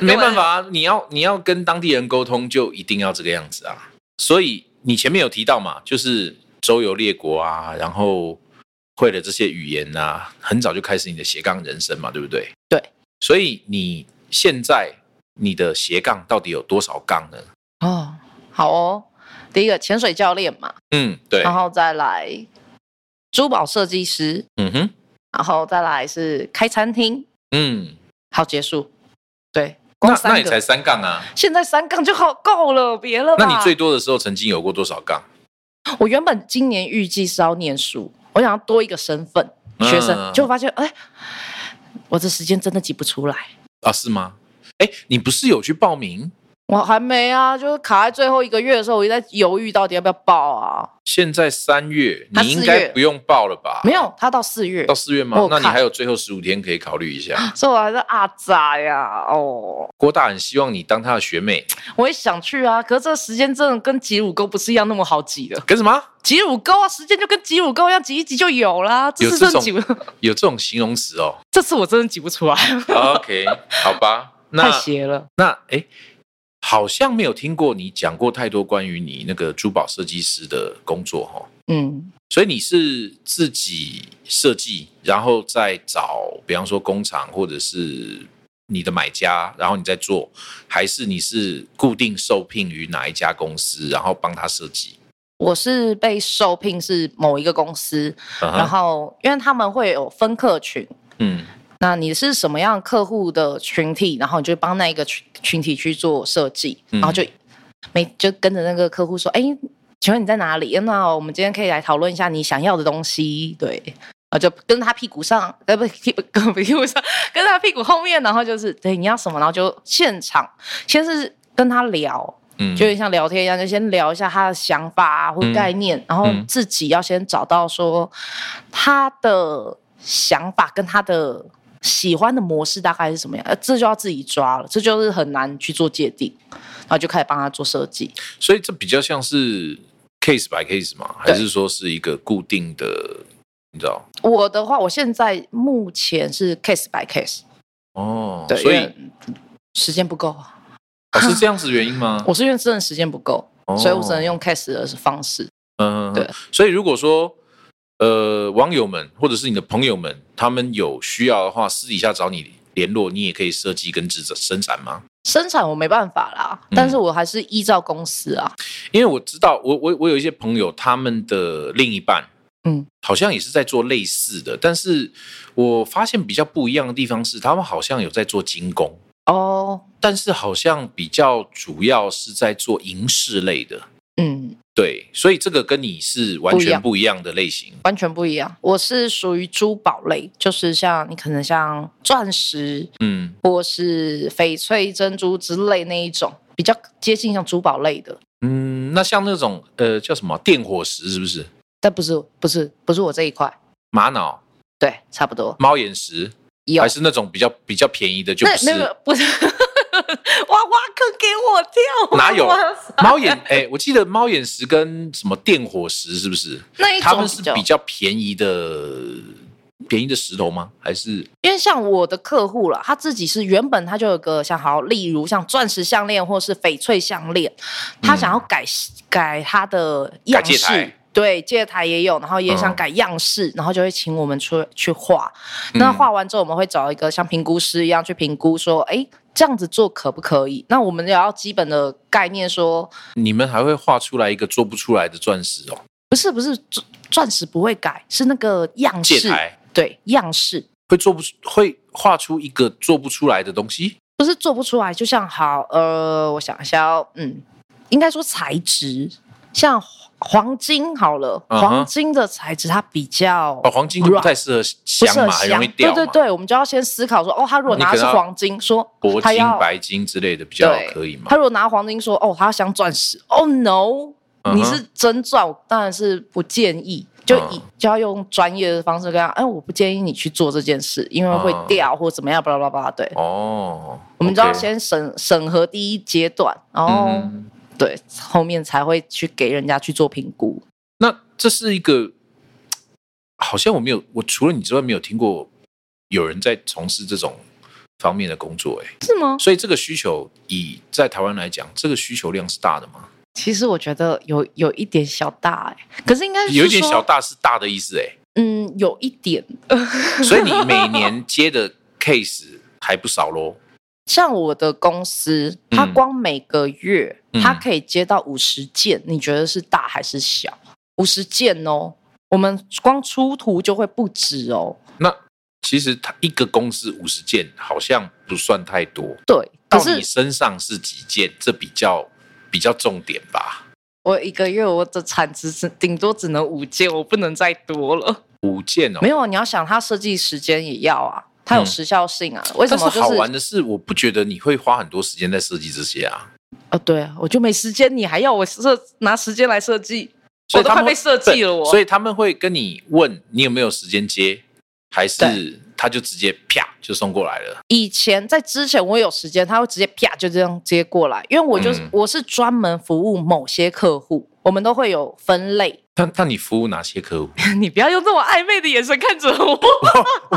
[SPEAKER 1] 没办法、啊，你要你要跟当地人沟通，就一定要这个样子啊。所以你前面有提到嘛，就是周游列国啊，然后会了这些语言啊，很早就开始你的斜杠人生嘛，对不对？
[SPEAKER 2] 对。
[SPEAKER 1] 所以你现在你的斜杠到底有多少杠呢？
[SPEAKER 2] 哦，好哦，第一个潜水教练嘛，
[SPEAKER 1] 嗯，对，
[SPEAKER 2] 然后再来珠宝设计师，
[SPEAKER 1] 嗯哼，
[SPEAKER 2] 然后再来是开餐厅，
[SPEAKER 1] 嗯，
[SPEAKER 2] 好结束。对，光
[SPEAKER 1] 那那
[SPEAKER 2] 三
[SPEAKER 1] 你才
[SPEAKER 2] 个，
[SPEAKER 1] 三杠啊？
[SPEAKER 2] 现在三杠就好够了，别了吧。
[SPEAKER 1] 那你最多的时候曾经有过多少杠？
[SPEAKER 2] 我原本今年预计是要念书，我想要多一个身份，
[SPEAKER 1] 嗯
[SPEAKER 2] 学生，结果发现，哎，我这时间真的挤不出来。
[SPEAKER 1] 啊，是吗？哎，你不是有去报名？
[SPEAKER 2] 我还没啊，就是卡在最后一个月的时候，我一直在犹豫到底要不要报啊。
[SPEAKER 1] 现在三月，
[SPEAKER 2] 他
[SPEAKER 1] 你应
[SPEAKER 2] 四
[SPEAKER 1] 该
[SPEAKER 2] 月
[SPEAKER 1] 不用报了吧？
[SPEAKER 2] 没有，他到四月
[SPEAKER 1] 到，四月吗
[SPEAKER 2] 我？有
[SPEAKER 1] 那你
[SPEAKER 2] 看
[SPEAKER 1] 还有最后十五天可以考虑一下。
[SPEAKER 2] 所以我还是阿杂呀。哦，
[SPEAKER 1] 郭大很希望你当他的学妹，
[SPEAKER 2] 我也想去啊，可是这个时间真的跟挤乳沟不是一样那么好挤的。
[SPEAKER 1] 跟什么？
[SPEAKER 2] 挤乳沟啊，时间就跟挤乳沟一样，挤一挤就有啦。这
[SPEAKER 1] 有
[SPEAKER 2] 次
[SPEAKER 1] 这
[SPEAKER 2] 真的
[SPEAKER 1] 种
[SPEAKER 2] 挤不， [LAUGHS]
[SPEAKER 1] 有这种形容词哦。
[SPEAKER 2] 这次我真的挤不出来，
[SPEAKER 1] OK，好
[SPEAKER 2] [LAUGHS]
[SPEAKER 1] 吧，
[SPEAKER 2] 太
[SPEAKER 1] 那
[SPEAKER 2] 邪了。
[SPEAKER 1] 那哎，好像没有听过你讲过太多关于你那个珠宝设计师的工作哦。
[SPEAKER 2] 嗯，
[SPEAKER 1] 所以你是自己设计，然后再找，比方说工厂或者是你的买家，然后你再做，还是你是固定受聘于哪一家公司，然后帮他设计？
[SPEAKER 2] 我是被受聘是某一个公司，
[SPEAKER 1] 嗯哼
[SPEAKER 2] 然后因为他们会有分客群，
[SPEAKER 1] 嗯
[SPEAKER 2] 那你是什么样客户的群体，然后你就帮那一个群群体去做设计，
[SPEAKER 1] 嗯
[SPEAKER 2] 然后就每就跟着那个客户说，哎，请问你在哪里？那我们今天可以来讨论一下你想要的东西，对。啊，就跟他屁股上，呃，不，屁股跟屁股上， [LAUGHS] 跟他屁股后面，然后就是对你要什么，然后就现场先是跟他聊，
[SPEAKER 1] 嗯，
[SPEAKER 2] 就有点像聊天一样，就先聊一下他的想法啊或
[SPEAKER 1] 嗯
[SPEAKER 2] 概念，然后
[SPEAKER 1] 嗯
[SPEAKER 2] 自己要先找到说他的想法跟他的喜欢的模式大概是什么样，呃，这就要自己抓了，这就是很难去做界定，然后就开始帮他做设计。
[SPEAKER 1] 所以这比较像是 case by case 嘛，还
[SPEAKER 2] 对
[SPEAKER 1] 是说是一个固定的，你知道？
[SPEAKER 2] 我的话，我现在目前是 case by case，
[SPEAKER 1] 哦，
[SPEAKER 2] 对，
[SPEAKER 1] 所以
[SPEAKER 2] 因为时间不够啊，
[SPEAKER 1] 哦是这样子的原因吗？
[SPEAKER 2] 我是因为真的时间不够，所以我只能
[SPEAKER 1] 哦
[SPEAKER 2] 用 case 的方式。
[SPEAKER 1] 嗯，
[SPEAKER 2] 对。
[SPEAKER 1] 所以如果说呃网友们或者是你的朋友们，他们有需要的话，私底下找你联络，你也可以设计跟制作生产吗？
[SPEAKER 2] 生产我没办法啦，
[SPEAKER 1] 嗯
[SPEAKER 2] 但是我还是依照公司啊，
[SPEAKER 1] 因为我知道，我我我有一些朋友，他们的另一半，
[SPEAKER 2] 嗯，
[SPEAKER 1] 好像也是在做类似的，但是我发现比较不一样的地方是，他们好像有在做精工，
[SPEAKER 2] 哦，
[SPEAKER 1] 但是好像比较主要是在做银饰类的。
[SPEAKER 2] 嗯，
[SPEAKER 1] 对，所以这个跟你是完
[SPEAKER 2] 不一
[SPEAKER 1] 全
[SPEAKER 2] 样
[SPEAKER 1] 不一样的类型。
[SPEAKER 2] 完全不一样。我是属于珠宝类，就是像你可能像钻石
[SPEAKER 1] 嗯，
[SPEAKER 2] 或是翡翠、珍珠之类那一种，比较接近像珠宝类的。
[SPEAKER 1] 嗯，那像那种呃叫什么电火石是不是？
[SPEAKER 2] 但不是不是不是我这一块，
[SPEAKER 1] 玛瑙、
[SPEAKER 2] 对，差不多
[SPEAKER 1] 猫眼石，嗯
[SPEAKER 2] 有
[SPEAKER 1] 还。是那种比较比较便宜的，就
[SPEAKER 2] 那
[SPEAKER 1] 不是
[SPEAKER 2] 那个不是 [LAUGHS] 挖挖坑给我跳，
[SPEAKER 1] 哪有
[SPEAKER 2] 我要
[SPEAKER 1] 猫眼？哎、我记得猫眼石跟什么电火石是不是？
[SPEAKER 2] 那一
[SPEAKER 1] 他
[SPEAKER 2] 种
[SPEAKER 1] 们是比较便宜的，便宜的石头吗？还是
[SPEAKER 2] 因为像我的客户啦，他自己是原本他就有个像好，例如像钻石项链或是翡翠项链，他想要改、改他的样
[SPEAKER 1] 嗯改戒
[SPEAKER 2] 式
[SPEAKER 1] 台，
[SPEAKER 2] 对，戒台也有，然后也
[SPEAKER 1] 嗯
[SPEAKER 2] 想改样式，然后就会请我们出去画。那
[SPEAKER 1] 嗯
[SPEAKER 2] 画完之后，我们会找一个像评估师一样去评估，说，哎，这样子做可不可以？那我们也要基本的概念说，
[SPEAKER 1] 你们还会画出来一个做不出来的钻石哦？
[SPEAKER 2] 不是不是钻钻石不会改，是那个样
[SPEAKER 1] 戒
[SPEAKER 2] 式，
[SPEAKER 1] 台
[SPEAKER 2] 对，样式。
[SPEAKER 1] 会做不出，会画出一个做不出来的东西？
[SPEAKER 2] 不是做不出来，就像好，呃，我想一下哦，嗯，应该说材质，像黄金好了，
[SPEAKER 1] 嗯哼
[SPEAKER 2] 黄金的材质它比较
[SPEAKER 1] 哦，黄金就不太适合
[SPEAKER 2] 不是
[SPEAKER 1] 香
[SPEAKER 2] 很
[SPEAKER 1] 嘛，很容易掉
[SPEAKER 2] 对
[SPEAKER 1] 嘛。
[SPEAKER 2] 对对，我们就要先思考说，哦，他如果
[SPEAKER 1] 你
[SPEAKER 2] 拿
[SPEAKER 1] 可
[SPEAKER 2] 的是
[SPEAKER 1] 能要
[SPEAKER 2] 黄金，说
[SPEAKER 1] 铂
[SPEAKER 2] 他
[SPEAKER 1] 金
[SPEAKER 2] 要、
[SPEAKER 1] 白金之类的比较
[SPEAKER 2] 对
[SPEAKER 1] 可以嘛
[SPEAKER 2] 他。如果拿黄金说，哦，他要镶钻石，哦 no，、
[SPEAKER 1] 嗯哼
[SPEAKER 2] 你是真钻，我当然是不建议。就
[SPEAKER 1] 嗯
[SPEAKER 2] 以就要用专业的方式跟他，哎，我不建议你去做这件事，因为会
[SPEAKER 1] 嗯
[SPEAKER 2] 掉或怎么样，巴拉巴拉巴拉。对，
[SPEAKER 1] 哦，
[SPEAKER 2] 我们就要
[SPEAKER 1] OK
[SPEAKER 2] 先哦审审核第一阶段，然后、
[SPEAKER 1] 嗯
[SPEAKER 2] 对后面才会去给人家去做评估。
[SPEAKER 1] 那这是一个，好像我没有，我除了你之外没有听过有人在从事这种方面的工作、欸，
[SPEAKER 2] 是吗？
[SPEAKER 1] 所以这个需求以在台湾来讲，这个需求量是大的吗？
[SPEAKER 2] 其实我觉得有有一点小大哎、可是应该是
[SPEAKER 1] 有一点
[SPEAKER 2] 说
[SPEAKER 1] 小，大是大的意思、
[SPEAKER 2] [LAUGHS]
[SPEAKER 1] 欸，
[SPEAKER 2] 嗯，有一点。
[SPEAKER 1] 所以你每年接的 case 还不少喽。
[SPEAKER 2] 像我的公司，它
[SPEAKER 1] 嗯
[SPEAKER 2] 光每个月、
[SPEAKER 1] 嗯
[SPEAKER 2] 它可以接到五十件，你觉得是大还是小？五十件哦，我们光出图就会不止哦。
[SPEAKER 1] 那其实它一个公司五十件好像不算太多，
[SPEAKER 2] 对，可
[SPEAKER 1] 到你
[SPEAKER 2] 是
[SPEAKER 1] 身上是几件，这比较比较重点吧。
[SPEAKER 2] 我一个月我的产值只顶多只能五件，我不能再多了。
[SPEAKER 1] 五件哦，
[SPEAKER 2] 没有，啊，你要想它设计时间也要啊，它有
[SPEAKER 1] 嗯
[SPEAKER 2] 时效性啊。为什
[SPEAKER 1] 但
[SPEAKER 2] 么就是
[SPEAKER 1] 好玩的是，我不觉得你会花很多时间在设计这些啊。
[SPEAKER 2] 哦，对啊，我就没时间，你还要我设拿时间来设计，
[SPEAKER 1] 所以
[SPEAKER 2] 我
[SPEAKER 1] 他
[SPEAKER 2] 都
[SPEAKER 1] 们
[SPEAKER 2] 快被设计
[SPEAKER 1] 对
[SPEAKER 2] 了我。
[SPEAKER 1] 所以他们会跟你问你有没有时间接，还是
[SPEAKER 2] 对
[SPEAKER 1] 他就直接啪就送过来了？
[SPEAKER 2] 以前在之前我有时间，他会直接啪就这样接过来，因为我就是、
[SPEAKER 1] 嗯
[SPEAKER 2] 我是专门服务某些客户，我们都会有
[SPEAKER 1] [LAUGHS]
[SPEAKER 2] 分类。
[SPEAKER 1] 那那你服务哪些客户？ [LAUGHS]
[SPEAKER 2] 你不要用这么暧昧的眼神看着我，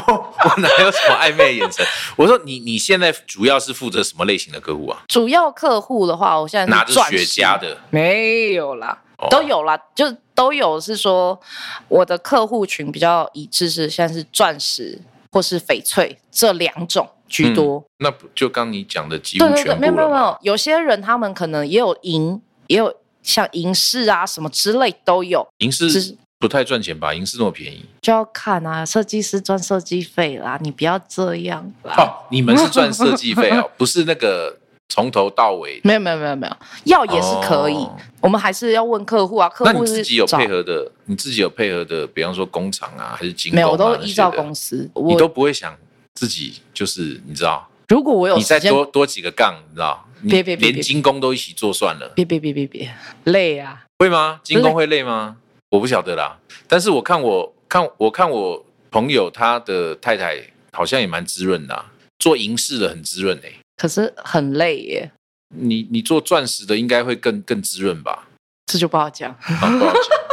[SPEAKER 1] 我哪有什么暧昧眼神？我说你你现在主要是负责什么类型的客户啊？
[SPEAKER 2] 主要客户的话，我现在是
[SPEAKER 1] 拿着
[SPEAKER 2] 嗯钻
[SPEAKER 1] 雪
[SPEAKER 2] 石
[SPEAKER 1] 茄的
[SPEAKER 2] 没有啦，
[SPEAKER 1] 哦
[SPEAKER 2] 都有啦，就都有是说我的客户群比较一致是现在是钻石或是翡翠这两种居多。
[SPEAKER 1] 嗯那不就刚你讲的几乎
[SPEAKER 2] 对对
[SPEAKER 1] 全
[SPEAKER 2] 对，
[SPEAKER 1] 部
[SPEAKER 2] 没有没
[SPEAKER 1] 了
[SPEAKER 2] 有没
[SPEAKER 1] 吗？
[SPEAKER 2] 有，有些人他们可能也有银，也有像银饰啊什么之类都有，
[SPEAKER 1] 银
[SPEAKER 2] 只
[SPEAKER 1] 饰
[SPEAKER 2] 是
[SPEAKER 1] 不太赚钱吧？银饰那么便宜
[SPEAKER 2] 就要看啊，设计师赚设计费啦，你不要这样啦。
[SPEAKER 1] 哦，你们是赚设计费
[SPEAKER 2] [LAUGHS]
[SPEAKER 1] 哦，不是那个从头到尾。
[SPEAKER 2] 没有没有没有没有，要也是可以，
[SPEAKER 1] 哦
[SPEAKER 2] 我们还是要问客户啊。客
[SPEAKER 1] 那你
[SPEAKER 2] 户
[SPEAKER 1] 自
[SPEAKER 2] 是
[SPEAKER 1] 己有
[SPEAKER 2] 找
[SPEAKER 1] 配合的，你自己有配合的，比方说工厂啊，还是精工、啊、
[SPEAKER 2] 没有？我都
[SPEAKER 1] 那些
[SPEAKER 2] 依照
[SPEAKER 1] 的
[SPEAKER 2] 公司。
[SPEAKER 1] 你都
[SPEAKER 2] 我
[SPEAKER 1] 不会想自己就是你知道，
[SPEAKER 2] 如果我有
[SPEAKER 1] 你再
[SPEAKER 2] 时间，
[SPEAKER 1] 多多几个杠，你知道，你
[SPEAKER 2] 别别别
[SPEAKER 1] 连
[SPEAKER 2] 别
[SPEAKER 1] 精工都一起做算了，
[SPEAKER 2] 别别别别别，累啊！
[SPEAKER 1] 会吗？精工会累吗？我不晓得啦，但是我看我看我看我朋友他的太太好像也蛮滋润的啊、做银饰的很滋润诶、
[SPEAKER 2] 可是很累耶，
[SPEAKER 1] 你你做钻石的应该会更更滋润吧？
[SPEAKER 2] 这就不好讲。
[SPEAKER 1] 啊，不好讲 [LAUGHS]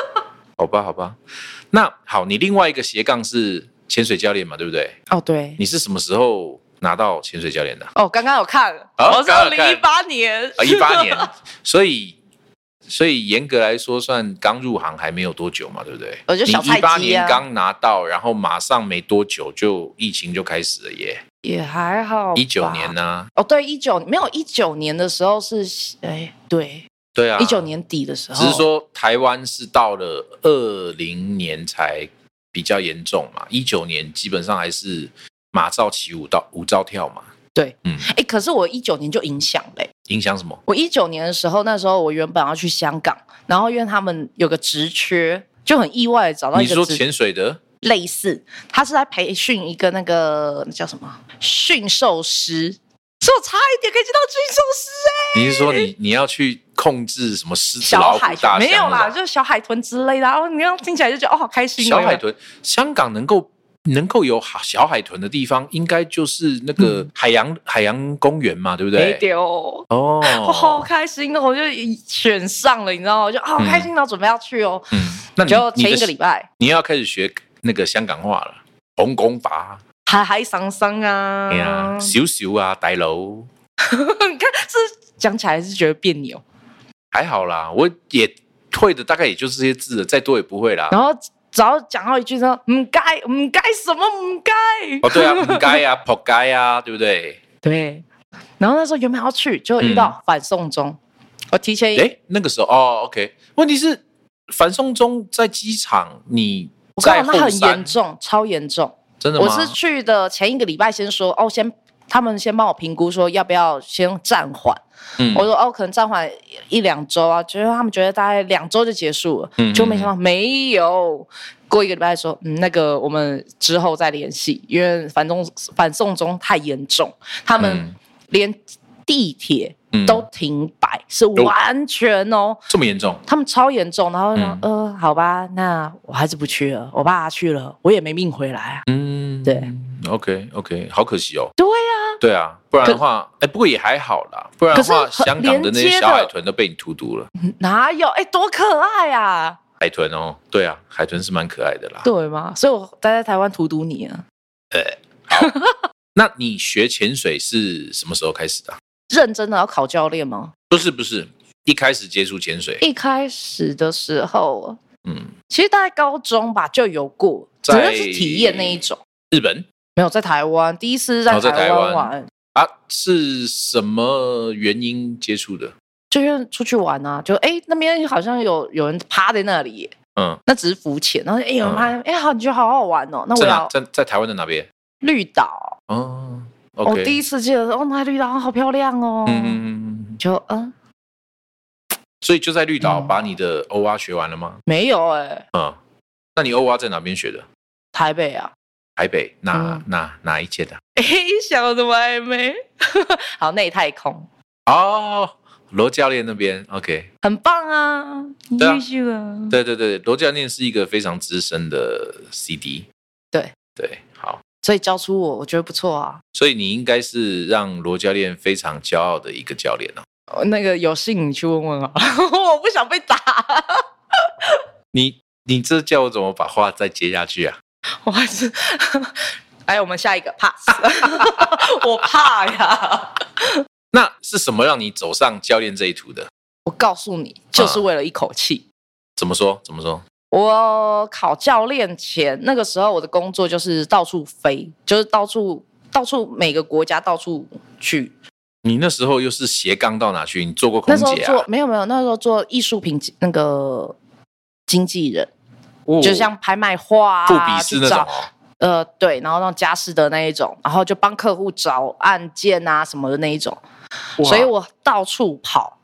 [SPEAKER 1] 好吧，好吧。那好，你另外一个斜杠是潜水教练嘛，对不对？
[SPEAKER 2] 哦，对，
[SPEAKER 1] 你是什么时候拿到潜水教练的？
[SPEAKER 2] 哦，刚刚有看，
[SPEAKER 1] 啊
[SPEAKER 2] 我是
[SPEAKER 1] 刚刚
[SPEAKER 2] 二
[SPEAKER 1] 有
[SPEAKER 2] 零
[SPEAKER 1] 看
[SPEAKER 2] 一八年
[SPEAKER 1] 啊，一八年， [LAUGHS] 所以所以严格来说，算刚入行还没有多久嘛，对不对？
[SPEAKER 2] 我就小
[SPEAKER 1] 你
[SPEAKER 2] 菜
[SPEAKER 1] 一八
[SPEAKER 2] 鸡啊
[SPEAKER 1] 年刚拿到，然后马上没多久就疫情就开始了耶，
[SPEAKER 2] 也还好吧，
[SPEAKER 1] 一九年啊呢、
[SPEAKER 2] 哦，对，一九没有一九年的时候是，哎，对，
[SPEAKER 1] 对啊，
[SPEAKER 2] 一九，年底的时候，
[SPEAKER 1] 只是说台湾是到了二零年才比较严重嘛，一九年基本上还是马照起舞到舞照跳嘛，
[SPEAKER 2] 对，
[SPEAKER 1] 嗯，
[SPEAKER 2] 哎，可是我一九年就影响嘞、
[SPEAKER 1] 影响什么？
[SPEAKER 2] 我一九年的时候，那时候我原本要去香港，然后因为他们有个职缺，就很意外地找到
[SPEAKER 1] 你
[SPEAKER 2] 一
[SPEAKER 1] 说
[SPEAKER 2] 个职
[SPEAKER 1] 潜水的
[SPEAKER 2] 类似，他是在培训一个那个那叫什么驯兽师，所以我差一点可以见到驯兽师哎、
[SPEAKER 1] 你是说你你要去控制什么狮子、
[SPEAKER 2] 小
[SPEAKER 1] 老虎、
[SPEAKER 2] 海
[SPEAKER 1] 大象
[SPEAKER 2] 没有
[SPEAKER 1] 那
[SPEAKER 2] 啦，
[SPEAKER 1] 种
[SPEAKER 2] 就是小海豚之类的啊，哦，你要听起来就觉得哦，好开心、
[SPEAKER 1] 小
[SPEAKER 2] 哦。
[SPEAKER 1] 海豚，香港能够能够有好小海豚的地方，应该就是那个
[SPEAKER 2] 嗯
[SPEAKER 1] 海洋、海洋公园嘛，对不
[SPEAKER 2] 没
[SPEAKER 1] 对？
[SPEAKER 2] 丢、
[SPEAKER 1] 哦，
[SPEAKER 2] 我好开心哦！我就选上了，你知道吗？我就哦好开心，然后准备要去哦。
[SPEAKER 1] 嗯，那你
[SPEAKER 2] 就前一个
[SPEAKER 1] 你
[SPEAKER 2] 礼
[SPEAKER 1] 的
[SPEAKER 2] 拜，
[SPEAKER 1] 你要开始学那个香港话了，红公法，
[SPEAKER 2] 海海桑桑啊，
[SPEAKER 1] 哎呀、
[SPEAKER 2] [LAUGHS]
[SPEAKER 1] 小小啊，大佬，
[SPEAKER 2] 你看是讲起来是觉得别扭，
[SPEAKER 1] 还好啦，我也会的，大概也就是这些字了，再多也不会啦。
[SPEAKER 2] 然后只要讲到一句说“唔该唔该什么唔该
[SPEAKER 1] 哦，对啊，不该
[SPEAKER 2] [LAUGHS]
[SPEAKER 1] 啊，仆街啊，对不对？”，
[SPEAKER 2] 对。然后那时候原本要去，就
[SPEAKER 1] 嗯
[SPEAKER 2] 遇到反送中，我提前
[SPEAKER 1] 哎，那个时候哦，OK，问题是反送中在机场，你
[SPEAKER 2] 我告
[SPEAKER 1] 在
[SPEAKER 2] 诉你，那
[SPEAKER 1] 后
[SPEAKER 2] 很
[SPEAKER 1] 山
[SPEAKER 2] 严，重，超严重。
[SPEAKER 1] 真的吗？
[SPEAKER 2] 我是去的前一个礼拜，先说哦，先他们先帮我评估说要不要先暂缓。
[SPEAKER 1] 嗯
[SPEAKER 2] 我说哦，可能暂缓一两周啊，觉得他们觉得大概两周就结束了，
[SPEAKER 1] 嗯
[SPEAKER 2] 就没想到没有。过一个礼拜说，嗯，那个我们之后再联系，因为反送反送中太严重，他
[SPEAKER 1] 嗯
[SPEAKER 2] 们连地铁
[SPEAKER 1] 嗯哦
[SPEAKER 2] 都停摆，是完全哦，
[SPEAKER 1] 这么严重，
[SPEAKER 2] 他们超严重，然后呢，
[SPEAKER 1] 嗯
[SPEAKER 2] 呃，好吧，那我还是不去了，我爸去了，我也没命回来啊。
[SPEAKER 1] 嗯，
[SPEAKER 2] 对
[SPEAKER 1] ，OK OK，好可惜哦。
[SPEAKER 2] 对呀、
[SPEAKER 1] 对啊，不然的话，哎，不过也还好啦，不然的话，
[SPEAKER 2] 可是很
[SPEAKER 1] 香港的那
[SPEAKER 2] 连
[SPEAKER 1] 些
[SPEAKER 2] 接的
[SPEAKER 1] 小海豚都被你荼毒了。
[SPEAKER 2] 哪有？哎、多可爱啊，
[SPEAKER 1] 海豚哦，对啊，海豚是蛮可爱的啦。
[SPEAKER 2] 对吗？所以我待在台湾荼毒你啊，
[SPEAKER 1] 那你学潜水是什么时候开始的啊、
[SPEAKER 2] 认真的要考教练吗？
[SPEAKER 1] 不是不是，一开始接触潜水，
[SPEAKER 2] 一开始的时候，
[SPEAKER 1] 嗯，
[SPEAKER 2] 其实大概高中吧就有过，只
[SPEAKER 1] 在
[SPEAKER 2] 是是体验那一种，
[SPEAKER 1] 日本
[SPEAKER 2] 没有在台湾第一次
[SPEAKER 1] 哦在
[SPEAKER 2] 在
[SPEAKER 1] 台
[SPEAKER 2] 台湾
[SPEAKER 1] 湾
[SPEAKER 2] 玩，
[SPEAKER 1] 啊，是什么原因接触的？
[SPEAKER 2] 就是出去玩啊，就哎、那边好像有有人趴在那里耶，
[SPEAKER 1] 嗯，
[SPEAKER 2] 那只是浮潜，然后哎、有人
[SPEAKER 1] 嗯
[SPEAKER 2] 趴，哎、好你觉得好好玩哦，那我
[SPEAKER 1] 在哪？
[SPEAKER 2] 要
[SPEAKER 1] 在在台湾的哪边？
[SPEAKER 2] 绿岛。
[SPEAKER 1] 哦
[SPEAKER 2] 我、
[SPEAKER 1] ，OK，
[SPEAKER 2] 第一次记得，哦，那绿岛好漂亮哦。
[SPEAKER 1] 嗯嗯嗯嗯，
[SPEAKER 2] 就嗯，
[SPEAKER 1] 所以就在绿岛
[SPEAKER 2] 嗯
[SPEAKER 1] 把你的 O R 学完了吗？
[SPEAKER 2] 没有哎、
[SPEAKER 1] 嗯，那你 O R 在哪边学的？
[SPEAKER 2] 台北啊， [LAUGHS]
[SPEAKER 1] 台北哪、
[SPEAKER 2] 嗯
[SPEAKER 1] 哪哪一啊届的？
[SPEAKER 2] 哎、想的完没？ [LAUGHS] 好，内太空
[SPEAKER 1] 哦，罗教练那边，OK，
[SPEAKER 2] 很棒啊，你
[SPEAKER 1] 对啊
[SPEAKER 2] 继续啊。
[SPEAKER 1] 对对对，罗教练是一个非常资深的 CD，
[SPEAKER 2] 对
[SPEAKER 1] 对，好，
[SPEAKER 2] 所以教出我，我觉得不错啊。
[SPEAKER 1] 所以你应该是让罗教练非常骄傲的一个教练哦。
[SPEAKER 2] 哦那个有幸你去问问啊， [LAUGHS] 我不想被打，
[SPEAKER 1] 你你这叫我怎么把话再接下去啊？
[SPEAKER 2] 我还是。 [LAUGHS] 哎，我们下一个
[SPEAKER 1] [LAUGHS]
[SPEAKER 2] pass，我怕呀。
[SPEAKER 1] 那是什么让你走上教练这一途的？
[SPEAKER 2] 我告诉你，
[SPEAKER 1] 嗯
[SPEAKER 2] 就是为了一口气。
[SPEAKER 1] 怎么说？怎么说？
[SPEAKER 2] 我考教练前，那个时候我的工作就是到处飞，就是到处到处每个国家到处去。
[SPEAKER 1] 你那时候又是斜杠到哪去？你做过空
[SPEAKER 2] 那时候
[SPEAKER 1] 姐
[SPEAKER 2] 做
[SPEAKER 1] 啊？
[SPEAKER 2] 没有没有，那时候做艺术品那个经纪人，
[SPEAKER 1] 哦
[SPEAKER 2] 就像拍卖画、啊、
[SPEAKER 1] 富比士那
[SPEAKER 2] 去
[SPEAKER 1] 种
[SPEAKER 2] 找
[SPEAKER 1] 哦。
[SPEAKER 2] 呃对，然后让家事的那一种，然后就帮客户找案件啊什么的那一种，
[SPEAKER 1] 哇
[SPEAKER 2] 所以我到处跑。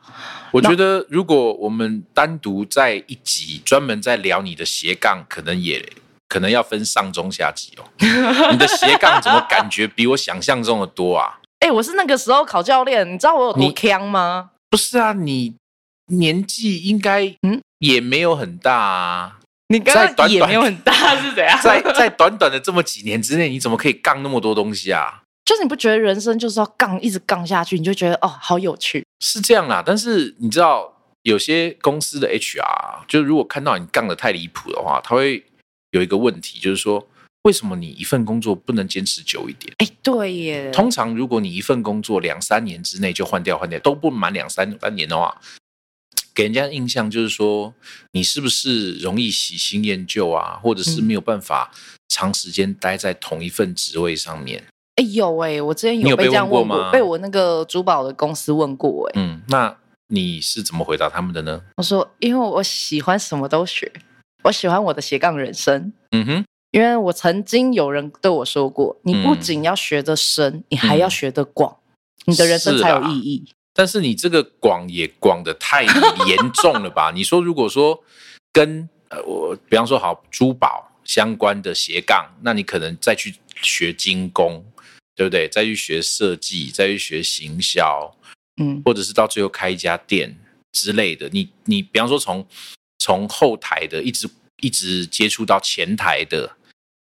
[SPEAKER 1] 我觉得如果我们单独在一集专门在聊你的斜杠，可能也可能要分上中下集哦。你的斜杠怎么感觉比我想象中的多啊？
[SPEAKER 2] 哎，我是那个时候考教练，你知道我有
[SPEAKER 1] 你
[SPEAKER 2] 多强吗？
[SPEAKER 1] 不是啊，你年纪应该
[SPEAKER 2] 嗯
[SPEAKER 1] 也没有很大啊，
[SPEAKER 2] 你刚
[SPEAKER 1] 在短
[SPEAKER 2] 刚也
[SPEAKER 1] 短
[SPEAKER 2] 没有很大是怎样？
[SPEAKER 1] 在在短短的这么几年之内，你怎么可以杠那么多东西啊？
[SPEAKER 2] 就是你不觉得人生就是要杠，一直杠下去，你就觉得哦，好有趣。
[SPEAKER 1] 是这样啦，但是你知道有些公司的 HR，就是如果看到你杠的太离谱的话，他会有一个问题，就是说为什么你一份工作不能坚持久一点？
[SPEAKER 2] 哎，对耶，
[SPEAKER 1] 通常如果你一份工作两三年之内就换掉换掉，都不满两三三年的话，给人家印象就是说你是不是容易喜新厌旧啊，或者是
[SPEAKER 2] 嗯
[SPEAKER 1] 没有办法长时间待在同一份职位上面。
[SPEAKER 2] 哎有哎，我之前
[SPEAKER 1] 你有
[SPEAKER 2] 被
[SPEAKER 1] 被
[SPEAKER 2] 这样
[SPEAKER 1] 问过
[SPEAKER 2] 问
[SPEAKER 1] 吗
[SPEAKER 2] 过，被我那个珠宝的公司问过哎，
[SPEAKER 1] 嗯，那你是怎么回答他们的呢？
[SPEAKER 2] 我说因为我喜欢什么都学，我喜欢我的斜杠人生。
[SPEAKER 1] 嗯哼，
[SPEAKER 2] 因为我曾经有人对我说过，你不
[SPEAKER 1] 嗯
[SPEAKER 2] 仅要学得深，你还要
[SPEAKER 1] 嗯
[SPEAKER 2] 学得广，你的人生
[SPEAKER 1] 是
[SPEAKER 2] 才有
[SPEAKER 1] 啦
[SPEAKER 2] 意义。
[SPEAKER 1] 但是你这个广也广的太严重了吧？你说如果说跟呃我比方说好珠宝相关的斜杠，那你可能再去学精工，对不对？再去学设计，再去学行销，
[SPEAKER 2] 嗯，
[SPEAKER 1] 或者是到最后开一家店之类的。你你比方说从从后台的一直一直接触到前台的，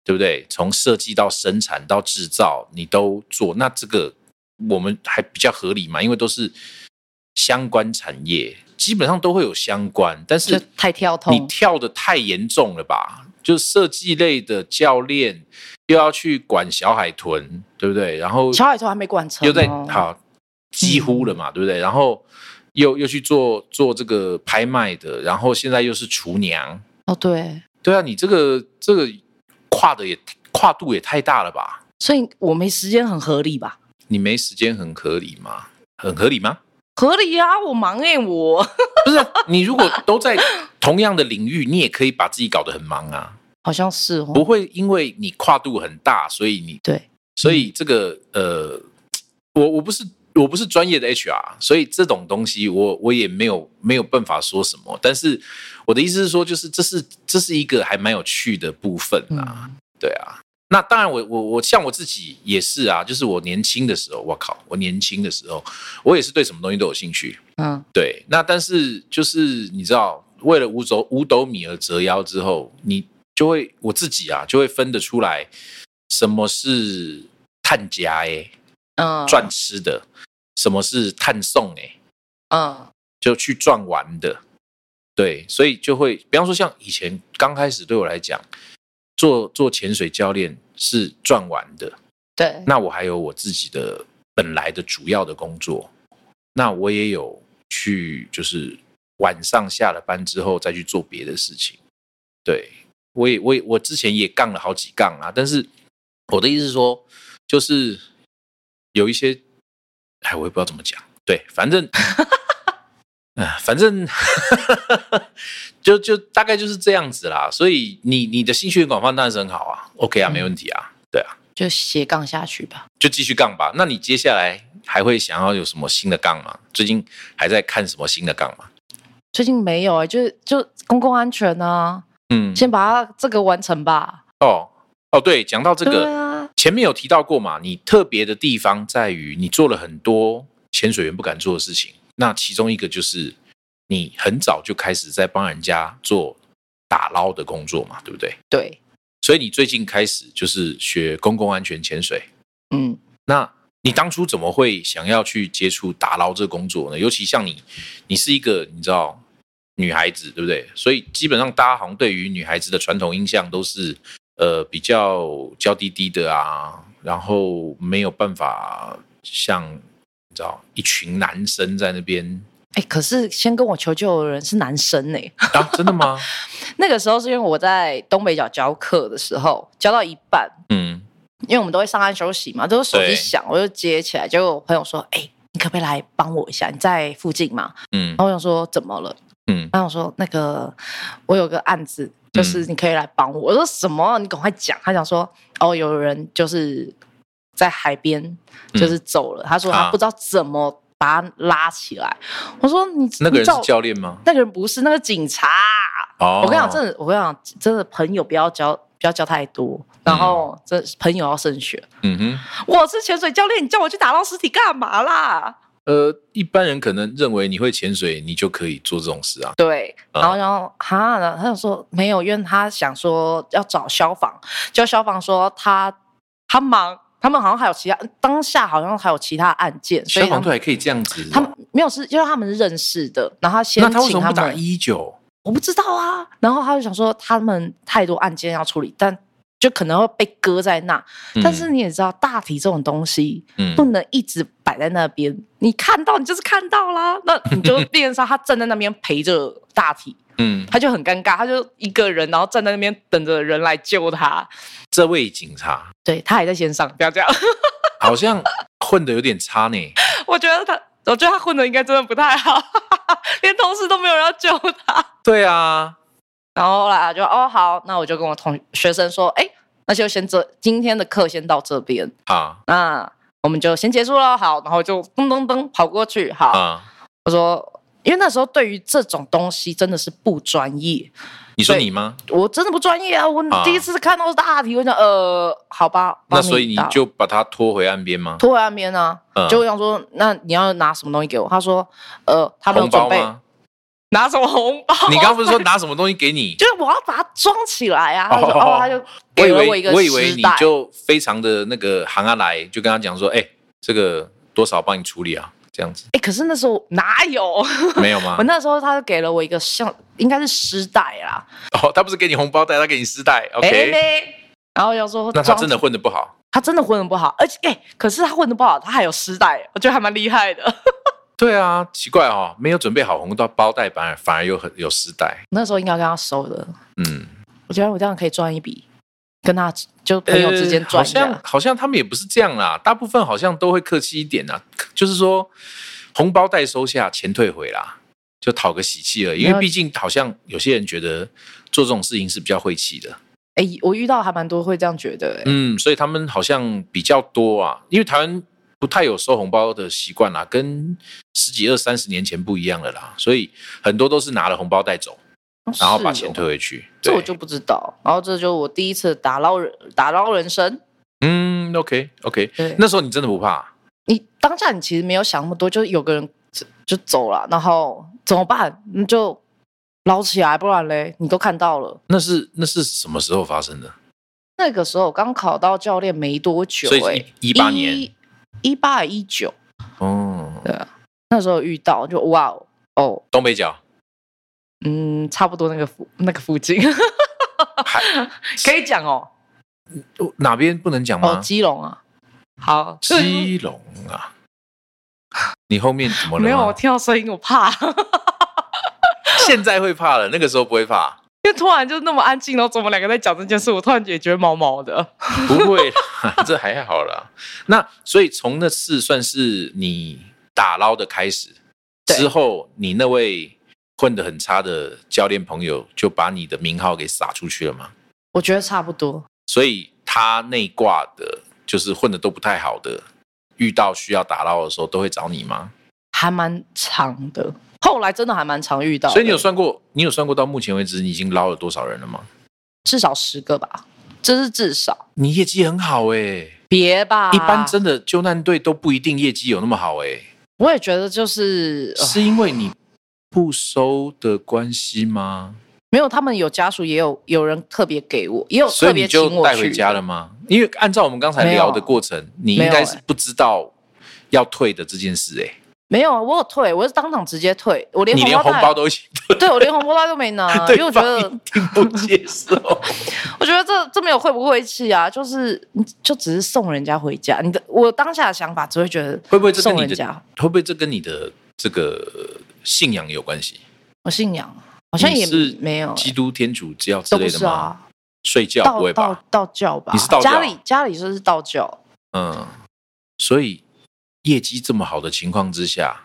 [SPEAKER 1] 对不对？从设计到生产到制造，你都做，那这个我们还比较合理嘛？因为都是相关产业，基本上都会有相关，但
[SPEAKER 2] 就是太跳通
[SPEAKER 1] 你跳的太严重了吧？就是设计类的教练又要去管小海豚，对不对？然后
[SPEAKER 2] 小海豚还没管成、哦，
[SPEAKER 1] 又在好几乎了嘛，对不对？然后又又去做做这个拍卖的，然后现在又是厨娘，
[SPEAKER 2] 哦，对，
[SPEAKER 1] 对啊，你这个这个跨的也跨度也太大了吧？
[SPEAKER 2] 所以我没时间很合理吧？
[SPEAKER 1] 你没时间很合理吗？很合理吗？
[SPEAKER 2] 合理啊，我忙哎、我。 [LAUGHS]
[SPEAKER 1] 不是啊、你如果都在同样的领域，你也可以把自己搞得很忙啊，
[SPEAKER 2] 好像是哦，
[SPEAKER 1] 不会因为你跨度很大，所以你
[SPEAKER 2] 对，
[SPEAKER 1] 所以这个呃，我我不是我不是专业的 HR，所以这种东西我我也没有没有办法说什么。但是我的意思是说，就是这是这是一个还蛮有趣的部分啊，对啊。那当然我，我我像我自己也是啊，就是我年轻的时候，我靠，我年轻的时候，我也是对什么东西都有兴趣，
[SPEAKER 2] 嗯，
[SPEAKER 1] 对，那但是就是你知道，为了五斗五斗米而折腰之后，你就会我自己啊，就会分得出来什么是探家哎、
[SPEAKER 2] 嗯，
[SPEAKER 1] 赚吃的，什么是探送哎、
[SPEAKER 2] 嗯
[SPEAKER 1] 就去赚玩的。对，所以就会，比方说像以前刚开始对我来讲，做做潜水教练是赚玩的，
[SPEAKER 2] 对，
[SPEAKER 1] 那我还有我自己的本来的主要的工作，那我也有去就是晚上下了班之后再去做别的事情。对我也我也我之前也杠了好几杠啊，但是我的意思是说，就是有一些，哎，我也不知道怎么讲。对，反正， [LAUGHS] 哎，反正 [LAUGHS] 就就大概就是这样子啦。所以你你的兴趣很广泛，当然是很好啊，OK 啊，没问题啊，对啊。
[SPEAKER 2] 就斜杠下去吧。
[SPEAKER 1] 就继续杠吧。那你接下来还会想要有什么新的杠吗？最近还在看什么新的杠吗？
[SPEAKER 2] 最近没有哎、就是就公共安全啊，
[SPEAKER 1] 嗯，
[SPEAKER 2] 先把它这个完成吧。
[SPEAKER 1] 哦哦，对，讲到这
[SPEAKER 2] 对
[SPEAKER 1] 个，
[SPEAKER 2] 啊，
[SPEAKER 1] 前面有提到过嘛，你特别的地方在于你做了很多潜水员不敢做的事情。那其中一个就是你很早就开始在帮人家做打捞的工作嘛，对不对？
[SPEAKER 2] 对，
[SPEAKER 1] 所以你最近开始就是学公共安全潜水。
[SPEAKER 2] 嗯，
[SPEAKER 1] 那你当初怎么会想要去接触打捞这个工作呢？尤其像你，你是一个你知道女孩子，对不对？所以基本上大家好像对于女孩子的传统印象都是呃比较娇滴滴的啊，然后没有办法像你知道一群男生在那边
[SPEAKER 2] 哎、可是先跟我求救的人是男生哎、
[SPEAKER 1] 啊，真的吗？
[SPEAKER 2] [LAUGHS] 那个时候是因为我在东北角教课的时候，教到一半，
[SPEAKER 1] 嗯，
[SPEAKER 2] 因为我们都会上岸休息嘛，都是手
[SPEAKER 1] 对
[SPEAKER 2] 机响，我就接起来，结果我朋友说：“哎、你可不可以来帮我一下？你在附近嘛？”
[SPEAKER 1] 嗯
[SPEAKER 2] 然后我想说：“怎么了？”
[SPEAKER 1] 嗯
[SPEAKER 2] 然后我说：“那个，我有个案子，就是你可以来帮我。我说：“什么？你赶快讲。”他讲说：“哦，有人就是在海边就是走了。他说
[SPEAKER 1] 嗯啊
[SPEAKER 2] 他不知道怎么把他拉起来。我说：“你
[SPEAKER 1] 那个
[SPEAKER 2] 你
[SPEAKER 1] 人
[SPEAKER 2] 知
[SPEAKER 1] 是
[SPEAKER 2] 道
[SPEAKER 1] 教练吗？
[SPEAKER 2] 那个人不是那个警察。”
[SPEAKER 1] 哦，
[SPEAKER 2] 我跟你讲，真的，我跟你讲，真的朋友不要交，不要交太多，然后这朋友要慎选。
[SPEAKER 1] 嗯哼，
[SPEAKER 2] 我是潜水教练，你叫我去打捞尸体干嘛啦？
[SPEAKER 1] 呃，一般人可能认为你会潜水，你就可以做这种事啊。
[SPEAKER 2] 对，
[SPEAKER 1] 啊
[SPEAKER 2] 然后然后哈，然后他就说没有，因为他想说要找消防，就消防说他他忙，他们好像还有其他，当下好像还有其他案件，所
[SPEAKER 1] 消
[SPEAKER 2] 以他
[SPEAKER 1] 防队还
[SPEAKER 2] 们
[SPEAKER 1] 可以这样子，哦
[SPEAKER 2] 他们没有是，因为他们是认识的，然后他先
[SPEAKER 1] 那他为什
[SPEAKER 2] 请
[SPEAKER 1] 么
[SPEAKER 2] 他
[SPEAKER 1] 不打
[SPEAKER 2] 们，
[SPEAKER 1] 一九？
[SPEAKER 2] 我不知道啊，然后他就想说他们太多案件要处理，但就可能会被搁在那，但是你也知道，大体这种东西
[SPEAKER 1] 嗯
[SPEAKER 2] 不能一直摆在那边。你看到，你就是看到啦，那你
[SPEAKER 1] [LAUGHS]
[SPEAKER 2] 就变成说他站在那边陪着大体，
[SPEAKER 1] 嗯，
[SPEAKER 2] 他就很尴尬，他就一个人，然后站在那边等着人来救他。
[SPEAKER 1] 这位警察
[SPEAKER 2] 对他还在线上，不要这样。 [LAUGHS]
[SPEAKER 1] 好像混的有点差呢。
[SPEAKER 2] 我觉得他，我觉得他混的应该真的不太好， [LAUGHS] 连同事都没有人要救他。
[SPEAKER 1] 对啊，
[SPEAKER 2] 然后后来啊就哦好，那我就跟我同学生说，哎，那就先这今天的课先到这边，
[SPEAKER 1] 啊
[SPEAKER 2] 那我们就先结束了。好，然后就噔噔噔跑过去，好。
[SPEAKER 1] 啊，
[SPEAKER 2] 我说，因为那时候对于这种东西真的是不专业，
[SPEAKER 1] 你说
[SPEAKER 2] 对
[SPEAKER 1] 你吗？
[SPEAKER 2] 我真的不专业啊！我
[SPEAKER 1] 啊
[SPEAKER 2] 第一次看到大题，我想，呃，好吧，
[SPEAKER 1] 那
[SPEAKER 2] 帮
[SPEAKER 1] 所以你
[SPEAKER 2] 打
[SPEAKER 1] 就把他拖回岸边吗？
[SPEAKER 2] 拖回岸边啊，
[SPEAKER 1] 嗯
[SPEAKER 2] 就我想说，那你要拿什么东西给我？他说，呃，他没有
[SPEAKER 1] 红
[SPEAKER 2] 准
[SPEAKER 1] 包
[SPEAKER 2] 备
[SPEAKER 1] 吗？
[SPEAKER 2] 拿什么红包， [LAUGHS]
[SPEAKER 1] [LAUGHS] 你刚刚不是说拿什么东西给你？
[SPEAKER 2] 就是我要把它装起来啊。他就
[SPEAKER 1] 哦
[SPEAKER 2] 哦，他就
[SPEAKER 1] 我
[SPEAKER 2] 给
[SPEAKER 1] 以
[SPEAKER 2] 了我一
[SPEAKER 1] 为
[SPEAKER 2] 个
[SPEAKER 1] 我以为
[SPEAKER 2] 时
[SPEAKER 1] 你
[SPEAKER 2] 代
[SPEAKER 1] 就非常的那个行啊来，就跟他讲说，哎，这个多少帮你处理啊，这
[SPEAKER 2] [LAUGHS]
[SPEAKER 1] 样子
[SPEAKER 2] 哎，可是那时候哪有？
[SPEAKER 1] 没有吗
[SPEAKER 2] [LAUGHS] 我？那时候他就给了我一个像应该是丝带啦，
[SPEAKER 1] 哦，他不是给你红包袋，他给你丝带
[SPEAKER 2] 哎
[SPEAKER 1] ，OK？
[SPEAKER 2] 然后就说
[SPEAKER 1] 那他
[SPEAKER 2] 装
[SPEAKER 1] 真的混的不好。
[SPEAKER 2] 他真的混的不好，而且哎、可是他混的不好，他还有失带，我觉得还蛮厉害的。 [LAUGHS]
[SPEAKER 1] 对啊，奇怪哦，没有准备好红包包袋，反而反而有很有丝带。
[SPEAKER 2] 那时候应该跟他收的，
[SPEAKER 1] 嗯，
[SPEAKER 2] 我觉得我这样可以赚一笔，跟他就朋友之间
[SPEAKER 1] 呃
[SPEAKER 2] 赚
[SPEAKER 1] 好
[SPEAKER 2] 一下。
[SPEAKER 1] 像好像他们也不是这样啦，大部分好像都会客气一点啦，就是说红包袋收下，钱退回啦，就讨个喜气了。因
[SPEAKER 2] 没
[SPEAKER 1] 为
[SPEAKER 2] 有
[SPEAKER 1] 毕竟好像有些人觉得做这种事情是比较晦气的，
[SPEAKER 2] 哎、
[SPEAKER 1] 嗯
[SPEAKER 2] 我遇到还蛮多会这样觉得、哎、
[SPEAKER 1] 嗯，所以他们好像比较多啊，因为台湾不太有收红包的习惯啦，跟十几二三十年前不一样了啦，所以很多都是拿了红包带走，然后把钱退
[SPEAKER 2] 回。
[SPEAKER 1] 回去。
[SPEAKER 2] 哦这我
[SPEAKER 1] 对
[SPEAKER 2] 就不知道，然后这就是我第一次打捞人打捞人生。
[SPEAKER 1] 嗯，OK OK，
[SPEAKER 2] 对，
[SPEAKER 1] 那时候你真的不怕？
[SPEAKER 2] 你当下你其实没有想那么多，就是有个人就就走了，然后怎么办？你就捞起来，不然嘞，你都看到了。
[SPEAKER 1] 那是那是什么时候发生的？
[SPEAKER 2] 那个时候我刚考到教练没多久、
[SPEAKER 1] 所
[SPEAKER 2] 欸，
[SPEAKER 1] 以是一八年。
[SPEAKER 2] 一八一九，啊
[SPEAKER 1] 哦，
[SPEAKER 2] 那时候遇到就哇哦哦，
[SPEAKER 1] 东北角
[SPEAKER 2] 嗯，差不多那个附那个附近，
[SPEAKER 1] 还
[SPEAKER 2] [LAUGHS] 可以讲哦，
[SPEAKER 1] 哪边不能讲
[SPEAKER 2] 哦，
[SPEAKER 1] 吗？
[SPEAKER 2] 基隆啊，好，
[SPEAKER 1] 基隆啊，你后面怎么了吗？
[SPEAKER 2] 没有，我听到声音我怕，
[SPEAKER 1] [LAUGHS]
[SPEAKER 2] [LAUGHS]
[SPEAKER 1] 现在会怕了，那个时候不会
[SPEAKER 2] [LAUGHS]
[SPEAKER 1] 怕，
[SPEAKER 2] 因为突然就那么安静，然后怎么两个在讲这件事，我突然也觉得毛毛的。
[SPEAKER 1] 不会啦， [LAUGHS] 这还好啦。那所以从那次算是你打捞的开始，
[SPEAKER 2] 对
[SPEAKER 1] 之后你那位混得很差的教练朋友就把你的名号给撒出去了嘛？
[SPEAKER 2] 我觉得差不多，
[SPEAKER 1] 所以他内挂的，就是混得都不太好的，遇到需要打捞的时候都会找你吗？
[SPEAKER 2] 还蛮长的。后来真的还蛮常遇到的，
[SPEAKER 1] 所以你有算过，你有算过到目前为止你已经捞了多少人了吗？
[SPEAKER 2] 至少十个吧，这是至少。
[SPEAKER 1] 你业绩很好哎、
[SPEAKER 2] 别吧，
[SPEAKER 1] 一般真的救难队都不一定业绩有那么好哎、
[SPEAKER 2] 我也觉得就是、呃
[SPEAKER 1] 是因为你不收的关系吗？
[SPEAKER 2] 没有，他们有家属也有有人特别给我，也有
[SPEAKER 1] 所
[SPEAKER 2] 特
[SPEAKER 1] 以你
[SPEAKER 2] 别请我去
[SPEAKER 1] 就带回家了吗？因为按照我们刚才聊的过程，你应该是不知道要退的这件事哎、
[SPEAKER 2] 没有啊，我有退，我是当场直接退，我连
[SPEAKER 1] 你连红
[SPEAKER 2] 包
[SPEAKER 1] 包都一起，
[SPEAKER 2] 都对我连红包袋都没拿因
[SPEAKER 1] [LAUGHS] 对
[SPEAKER 2] 为我觉
[SPEAKER 1] 方
[SPEAKER 2] 得
[SPEAKER 1] 一定不接受。
[SPEAKER 2] 我觉得这这没有晦不晦气啊，就是你就只是送人家回家。你的我当下的想法只会觉得
[SPEAKER 1] 会不会这跟
[SPEAKER 2] 送
[SPEAKER 1] 你
[SPEAKER 2] 人
[SPEAKER 1] 的
[SPEAKER 2] 家，
[SPEAKER 1] 会不会这跟你的这个信仰有关系？
[SPEAKER 2] 我信仰好像也
[SPEAKER 1] 你是
[SPEAKER 2] 没有、
[SPEAKER 1] 基
[SPEAKER 2] 欸，
[SPEAKER 1] 督、天主教之
[SPEAKER 2] 都
[SPEAKER 1] 类
[SPEAKER 2] 不
[SPEAKER 1] 的
[SPEAKER 2] 是
[SPEAKER 1] 吗？
[SPEAKER 2] 啊。
[SPEAKER 1] 睡觉不
[SPEAKER 2] 道
[SPEAKER 1] 会
[SPEAKER 2] 道
[SPEAKER 1] 吧？
[SPEAKER 2] 道教吧？
[SPEAKER 1] 你是道教
[SPEAKER 2] 家里家里就是道教，
[SPEAKER 1] 嗯，所以业绩这么好的情况之下，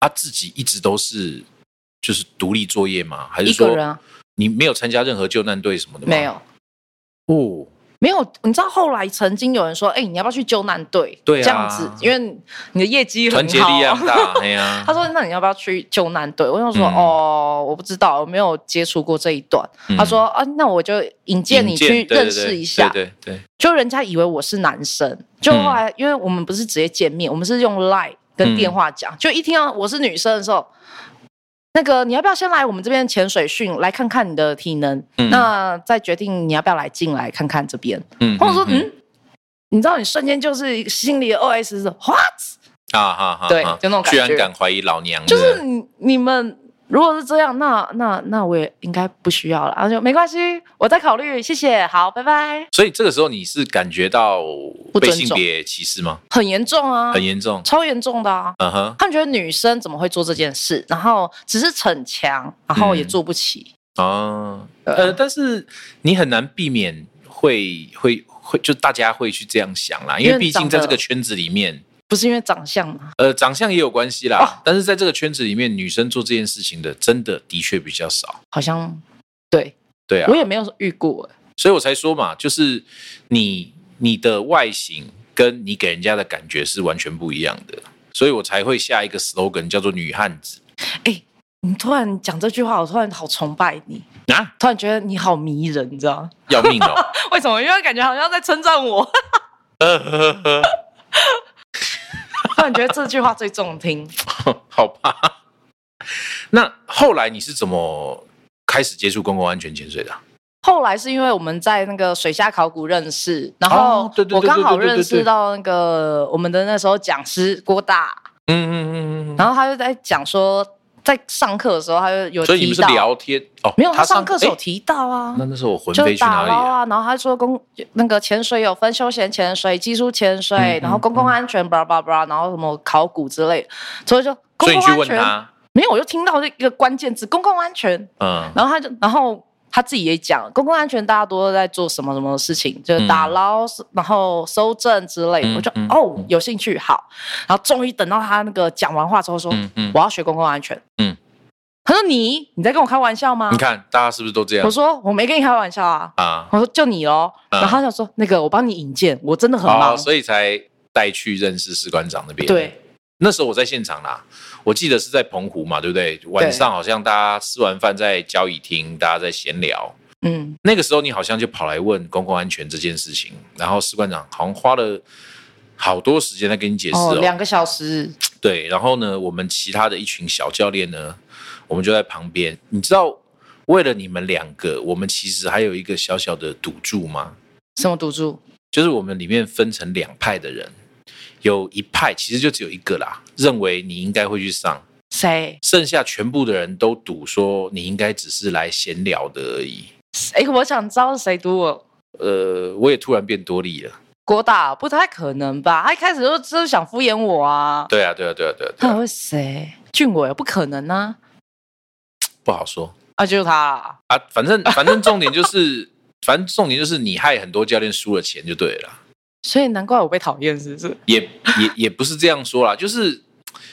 [SPEAKER 1] 他自己一直都是就是独立作业吗？还是
[SPEAKER 2] 一个
[SPEAKER 1] 说
[SPEAKER 2] 人啊
[SPEAKER 1] 你没有参加任何救难队什么的吗？
[SPEAKER 2] 没有
[SPEAKER 1] 哦，
[SPEAKER 2] 没有。你知道后来曾经有人说，哎、你要不要去救难队？
[SPEAKER 1] 对啊
[SPEAKER 2] 这样子，因为你你的业绩很好。
[SPEAKER 1] 团结力量大， [LAUGHS] 哎呀
[SPEAKER 2] [LAUGHS] 他，说：“那你要不要去救难队？”我想说：“
[SPEAKER 1] 嗯
[SPEAKER 2] 哦，我不知道，我没有接触过这一段。
[SPEAKER 1] 嗯
[SPEAKER 2] 他说：“啊，那我就引荐你
[SPEAKER 1] 引荐对
[SPEAKER 2] 去
[SPEAKER 1] 对
[SPEAKER 2] 认识一下。
[SPEAKER 1] 对对对对，
[SPEAKER 2] 就人家以为我是男生，就
[SPEAKER 1] 嗯
[SPEAKER 2] 后来、因为我们不是直接见面，我们是用 Line 跟电话讲，就一听到我是女生的时候，那个你要不要先来我们这边潜水训，来看看你的体能，
[SPEAKER 1] 嗯
[SPEAKER 2] 那再决定你要不要来进来看看这边。
[SPEAKER 1] 嗯
[SPEAKER 2] 或者说，嗯，你知道你瞬间就是心里的 OS 是 What？
[SPEAKER 1] 啊哈哈，
[SPEAKER 2] 对
[SPEAKER 1] 啊
[SPEAKER 2] 就那种感
[SPEAKER 1] 居然
[SPEAKER 2] 觉
[SPEAKER 1] 敢怀疑老娘，
[SPEAKER 2] 就是你你们如果是这样，那那那我也应该不需要了，然后就没关系，我再考虑，谢谢，好，拜拜。
[SPEAKER 1] 所以这个时候你是感觉到
[SPEAKER 2] 不
[SPEAKER 1] 被
[SPEAKER 2] 尊
[SPEAKER 1] 性
[SPEAKER 2] 重
[SPEAKER 1] 别歧视吗？
[SPEAKER 2] 很严重啊，
[SPEAKER 1] 很严重，
[SPEAKER 2] 超严重的啊。
[SPEAKER 1] 嗯哼，
[SPEAKER 2] 他们觉得女生怎么会做这件事，然后只是逞强，然后也
[SPEAKER 1] 嗯
[SPEAKER 2] 做不起。
[SPEAKER 1] 啊，呃，但是你很难避免会会会，就大家会去这样想啦，因
[SPEAKER 2] 因
[SPEAKER 1] 为
[SPEAKER 2] 为
[SPEAKER 1] 毕竟
[SPEAKER 2] 长
[SPEAKER 1] 在
[SPEAKER 2] 得
[SPEAKER 1] 这个圈子里面，
[SPEAKER 2] 不是因为长相吗？
[SPEAKER 1] 呃，长相也有关系啦，
[SPEAKER 2] 哦
[SPEAKER 1] 但是在这个圈子里面，女生做这件事情的真的的确比较少，
[SPEAKER 2] 好像对、
[SPEAKER 1] 对啊
[SPEAKER 2] 我，也没有遇过、欸
[SPEAKER 1] 所以我才说嘛，就是你你的外形跟你给人家的感觉是完全不一样的，所以我才会下一个 slogan 叫做“女汉子
[SPEAKER 2] 你突然讲这句话，我突然好崇拜你，”
[SPEAKER 1] 啊，
[SPEAKER 2] 突然觉得你好迷人，你知道吗？
[SPEAKER 1] 要命哦了、
[SPEAKER 2] 为什么？因为感觉好像在称赞我。 [LAUGHS] 突然觉得这句话最中听。
[SPEAKER 1] [LAUGHS] 好吧。那后来你是怎么开始接触公共安全潜水的啊、
[SPEAKER 2] 后来是因为我们在那个水下考古认识，然后
[SPEAKER 1] 哦对对对
[SPEAKER 2] 我刚好
[SPEAKER 1] 对对对对
[SPEAKER 2] 认识到那个我们的那时候讲师郭大，
[SPEAKER 1] 嗯嗯嗯嗯
[SPEAKER 2] 然后他就在讲说，在上课的时候他就有
[SPEAKER 1] 所以你
[SPEAKER 2] 提
[SPEAKER 1] 们是
[SPEAKER 2] 到，
[SPEAKER 1] 聊天哦？
[SPEAKER 2] 没有他
[SPEAKER 1] 他
[SPEAKER 2] 上课时候有
[SPEAKER 1] 诶
[SPEAKER 2] 提到啊，
[SPEAKER 1] 那那时候我魂
[SPEAKER 2] 就
[SPEAKER 1] 飞
[SPEAKER 2] 是
[SPEAKER 1] 去哪
[SPEAKER 2] 打
[SPEAKER 1] 里
[SPEAKER 2] 捞
[SPEAKER 1] 啊？
[SPEAKER 2] 啊，然后他说公那个潜水有分休闲潜水、技术潜水，
[SPEAKER 1] 嗯嗯
[SPEAKER 2] 然后公共安全，巴拉巴拉巴拉，然后什么考古之类的，所以就啊公
[SPEAKER 1] 所以
[SPEAKER 2] 共
[SPEAKER 1] 你去
[SPEAKER 2] 安
[SPEAKER 1] 问
[SPEAKER 2] 全
[SPEAKER 1] 他，
[SPEAKER 2] 没有，我就听到这一个关键字公共安全，
[SPEAKER 1] 嗯
[SPEAKER 2] 然后他就，然后他自己也讲，公共安全大家都在做什么什么事情，就是打捞，然后搜证之类的。
[SPEAKER 1] 嗯
[SPEAKER 2] 我就、
[SPEAKER 1] 嗯
[SPEAKER 2] 哦
[SPEAKER 1] 嗯
[SPEAKER 2] 有兴趣，好。然后终于等到他那个讲完话之后说，
[SPEAKER 1] 嗯嗯
[SPEAKER 2] 我，要学公共安全。
[SPEAKER 1] 嗯，
[SPEAKER 2] 他说你你在跟我开玩笑吗？
[SPEAKER 1] 你看大家是不是都这样
[SPEAKER 2] 我说我没跟你开玩笑啊，
[SPEAKER 1] 啊？
[SPEAKER 2] 我说就你喽。
[SPEAKER 1] 嗯
[SPEAKER 2] 然后他就说那个我帮你引荐，我真的很忙。
[SPEAKER 1] 哦，所以才带去认识士官长那边。，
[SPEAKER 2] 对，
[SPEAKER 1] 那时候我在现场啦，我记得是在澎湖嘛，对不对？晚上好像大家吃完饭在交易厅，大家在闲聊。
[SPEAKER 2] 嗯，
[SPEAKER 1] 那个时候你好像就跑来问公共安全这件事情，然后士官长好像花了好多时间在跟你解释
[SPEAKER 2] 哦
[SPEAKER 1] 哦，
[SPEAKER 2] 两个小时，
[SPEAKER 1] 对，然后呢，我们其他的一群小教练呢，我们就在旁边。你知道，为了你们两个，我们其实还有一个小小的赌注吗？
[SPEAKER 2] 什么赌注？
[SPEAKER 1] 就是我们里面分成两派的人，有一派其实就只有一个啦，认为你应该会去上，
[SPEAKER 2] 谁？
[SPEAKER 1] 剩下全部的人都赌说你应该只是来闲聊的而已。
[SPEAKER 2] 哎，我想知道是谁赌我。
[SPEAKER 1] 呃，我也突然变多利了。
[SPEAKER 2] 郭大不太可能吧？他一开始就就是想敷衍我啊。
[SPEAKER 1] 对啊，对啊，对啊，对啊，对
[SPEAKER 2] 他
[SPEAKER 1] 啊
[SPEAKER 2] 会谁？俊伟不可能啊！
[SPEAKER 1] 不好说
[SPEAKER 2] 啊，就是他啊。
[SPEAKER 1] 啊。反正反正重点就是，反正重点就是你害很多教练输了钱就对了啦。
[SPEAKER 2] 所以难怪我被讨厌，是不是？
[SPEAKER 1] 也也也不是这样说啦，就是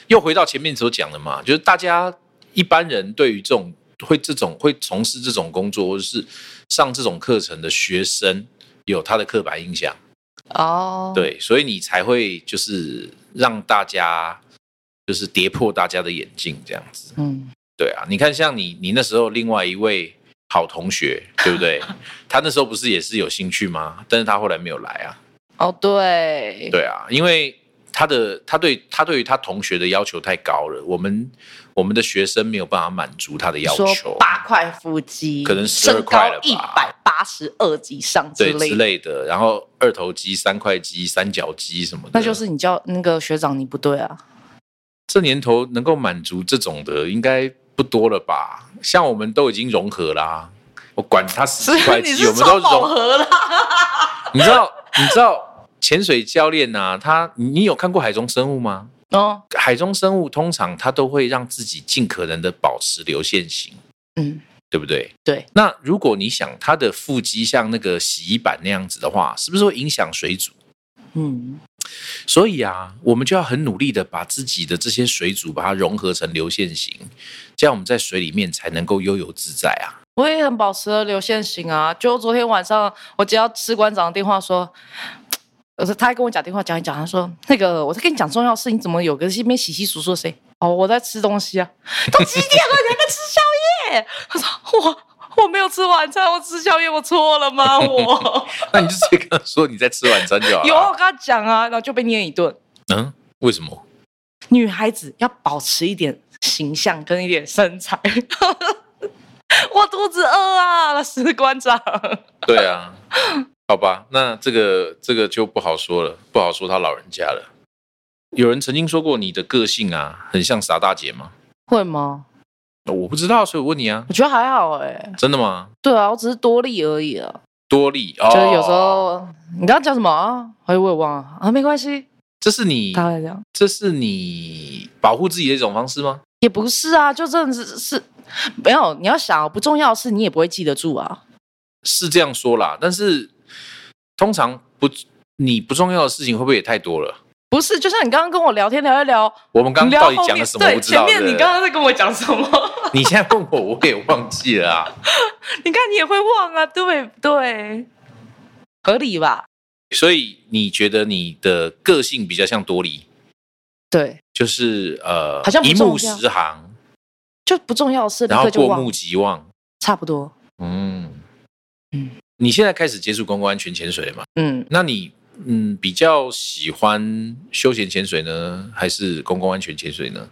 [SPEAKER 1] 又回到前面所讲的嘛，就是大家一般人对于这种会这种会从事这种工作或者是上这种课程的学生，有他的刻板印象，
[SPEAKER 2] 哦，，
[SPEAKER 1] 对，所以你才会就是让大家就是跌破大家的眼镜这样子，
[SPEAKER 2] 嗯，
[SPEAKER 1] 对啊，你看像你你那时候另外一位好同学，对不
[SPEAKER 2] [LAUGHS]
[SPEAKER 1] 对？他那时候不是也是有兴趣吗？但是他后来没有来啊。
[SPEAKER 2] 哦，对，，
[SPEAKER 1] 对啊，因为他的他对他对于他同学的要求太高了，我们我们的学生没有办法满足他的要
[SPEAKER 2] 说
[SPEAKER 1] 求，
[SPEAKER 2] 八块腹肌，
[SPEAKER 1] 可能12
[SPEAKER 2] 身
[SPEAKER 1] 块
[SPEAKER 2] 高
[SPEAKER 1] 了
[SPEAKER 2] 一
[SPEAKER 1] 吧
[SPEAKER 2] 百八十二以上之
[SPEAKER 1] 对
[SPEAKER 2] 类
[SPEAKER 1] 之
[SPEAKER 2] 的，
[SPEAKER 1] 类的，然后二头肌、三块肌、三角肌什么的，
[SPEAKER 2] 那就是你叫那个学长你不对啊。
[SPEAKER 1] 这年头能够满足这种的应该不多了吧？像我们都已经融合啦、我管他十几块
[SPEAKER 2] 你
[SPEAKER 1] 肌，我
[SPEAKER 2] 是
[SPEAKER 1] 们都
[SPEAKER 2] 超饱
[SPEAKER 1] 融，
[SPEAKER 2] 和啦，
[SPEAKER 1] 你知道你知道潜水教练呐、他你你有看过海中生物吗？
[SPEAKER 2] [LAUGHS] 哦，
[SPEAKER 1] 海中生物通常它都会让自己尽可能的保持流线型。
[SPEAKER 2] 嗯，
[SPEAKER 1] 对不对？
[SPEAKER 2] 对。
[SPEAKER 1] 那如果你想它的腹肌像那个洗衣板那样子的话，是不是会影响水煮？
[SPEAKER 2] 嗯，
[SPEAKER 1] 所以啊，我们就要很努力的把自己的这些水煮把它融合成流线型，这样我们在水里面才能够悠游自在啊。
[SPEAKER 2] 我也很保持了流线型啊。就昨天晚上，我接到士官长的电话说。我说，他还跟我讲电话，讲一讲，他说那个，我在跟你讲重要事，你怎么有个那边洗洗簌簌谁？哦，我在吃东西啊， [LAUGHS] 都几点了，你还在吃宵夜？他说我我没有吃晚餐，我吃宵夜，我错了吗？ [LAUGHS] 我
[SPEAKER 1] [LAUGHS] 那你就直接跟他说你在吃晚餐就好了。
[SPEAKER 2] 有啊，我跟他讲啊，然后就被念一顿。
[SPEAKER 1] 嗯，为什么？
[SPEAKER 2] 女孩子要保持一点形象跟一点身材。 [LAUGHS] 我肚子饿啊，士官长。
[SPEAKER 1] [LAUGHS] 对啊，好吧，那这个这个就不好说了，不好说他老人家了。有人曾经说过你的个性啊，很像傻大姐吗？哦
[SPEAKER 2] 会吗？
[SPEAKER 1] 我不知道，所以我问你啊，
[SPEAKER 2] 我觉得还好哎、
[SPEAKER 1] 真的吗？
[SPEAKER 2] 对啊，我只是多虑而已啊。
[SPEAKER 1] 多利哦，
[SPEAKER 2] 就是有时候你刚刚讲什么啊？哎，我也忘了啊，没关系，
[SPEAKER 1] 这是你
[SPEAKER 2] 大概这样。
[SPEAKER 1] 这是你保护自己的一种方式吗？
[SPEAKER 2] 也不是啊，就真的是是没有。你要想不重要的事，你也不会记得住啊。
[SPEAKER 1] 是这样说啦，但是通常不你不重要的事情会不会也太多了？
[SPEAKER 2] 不是，就像你刚刚跟我聊天聊一聊，
[SPEAKER 1] 我们刚刚
[SPEAKER 2] 你聊
[SPEAKER 1] 到底
[SPEAKER 2] 后
[SPEAKER 1] 讲
[SPEAKER 2] 面
[SPEAKER 1] 了什么？我
[SPEAKER 2] 对，
[SPEAKER 1] 不知道。
[SPEAKER 2] 前面
[SPEAKER 1] 对
[SPEAKER 2] 你
[SPEAKER 1] 不对
[SPEAKER 2] 刚刚在跟我讲什么？
[SPEAKER 1] 你现在问我，我也忘记了啊。
[SPEAKER 2] 你看你也会忘啊，对不对？合理吧？
[SPEAKER 1] 所以你觉得你的个性比较像多利，
[SPEAKER 2] 对，
[SPEAKER 1] 就是呃，
[SPEAKER 2] 好像不
[SPEAKER 1] 一
[SPEAKER 2] 重要
[SPEAKER 1] 目十行，
[SPEAKER 2] 就不重要的事立
[SPEAKER 1] 然后
[SPEAKER 2] 刻就
[SPEAKER 1] 过
[SPEAKER 2] 忘
[SPEAKER 1] 目，即忘。
[SPEAKER 2] 差不多。
[SPEAKER 1] 嗯
[SPEAKER 2] 嗯
[SPEAKER 1] 你现在开始接触公共安全潜水了吗？
[SPEAKER 2] 嗯，
[SPEAKER 1] 那你嗯比较喜欢休闲潜水呢，还是公共安全潜水呢？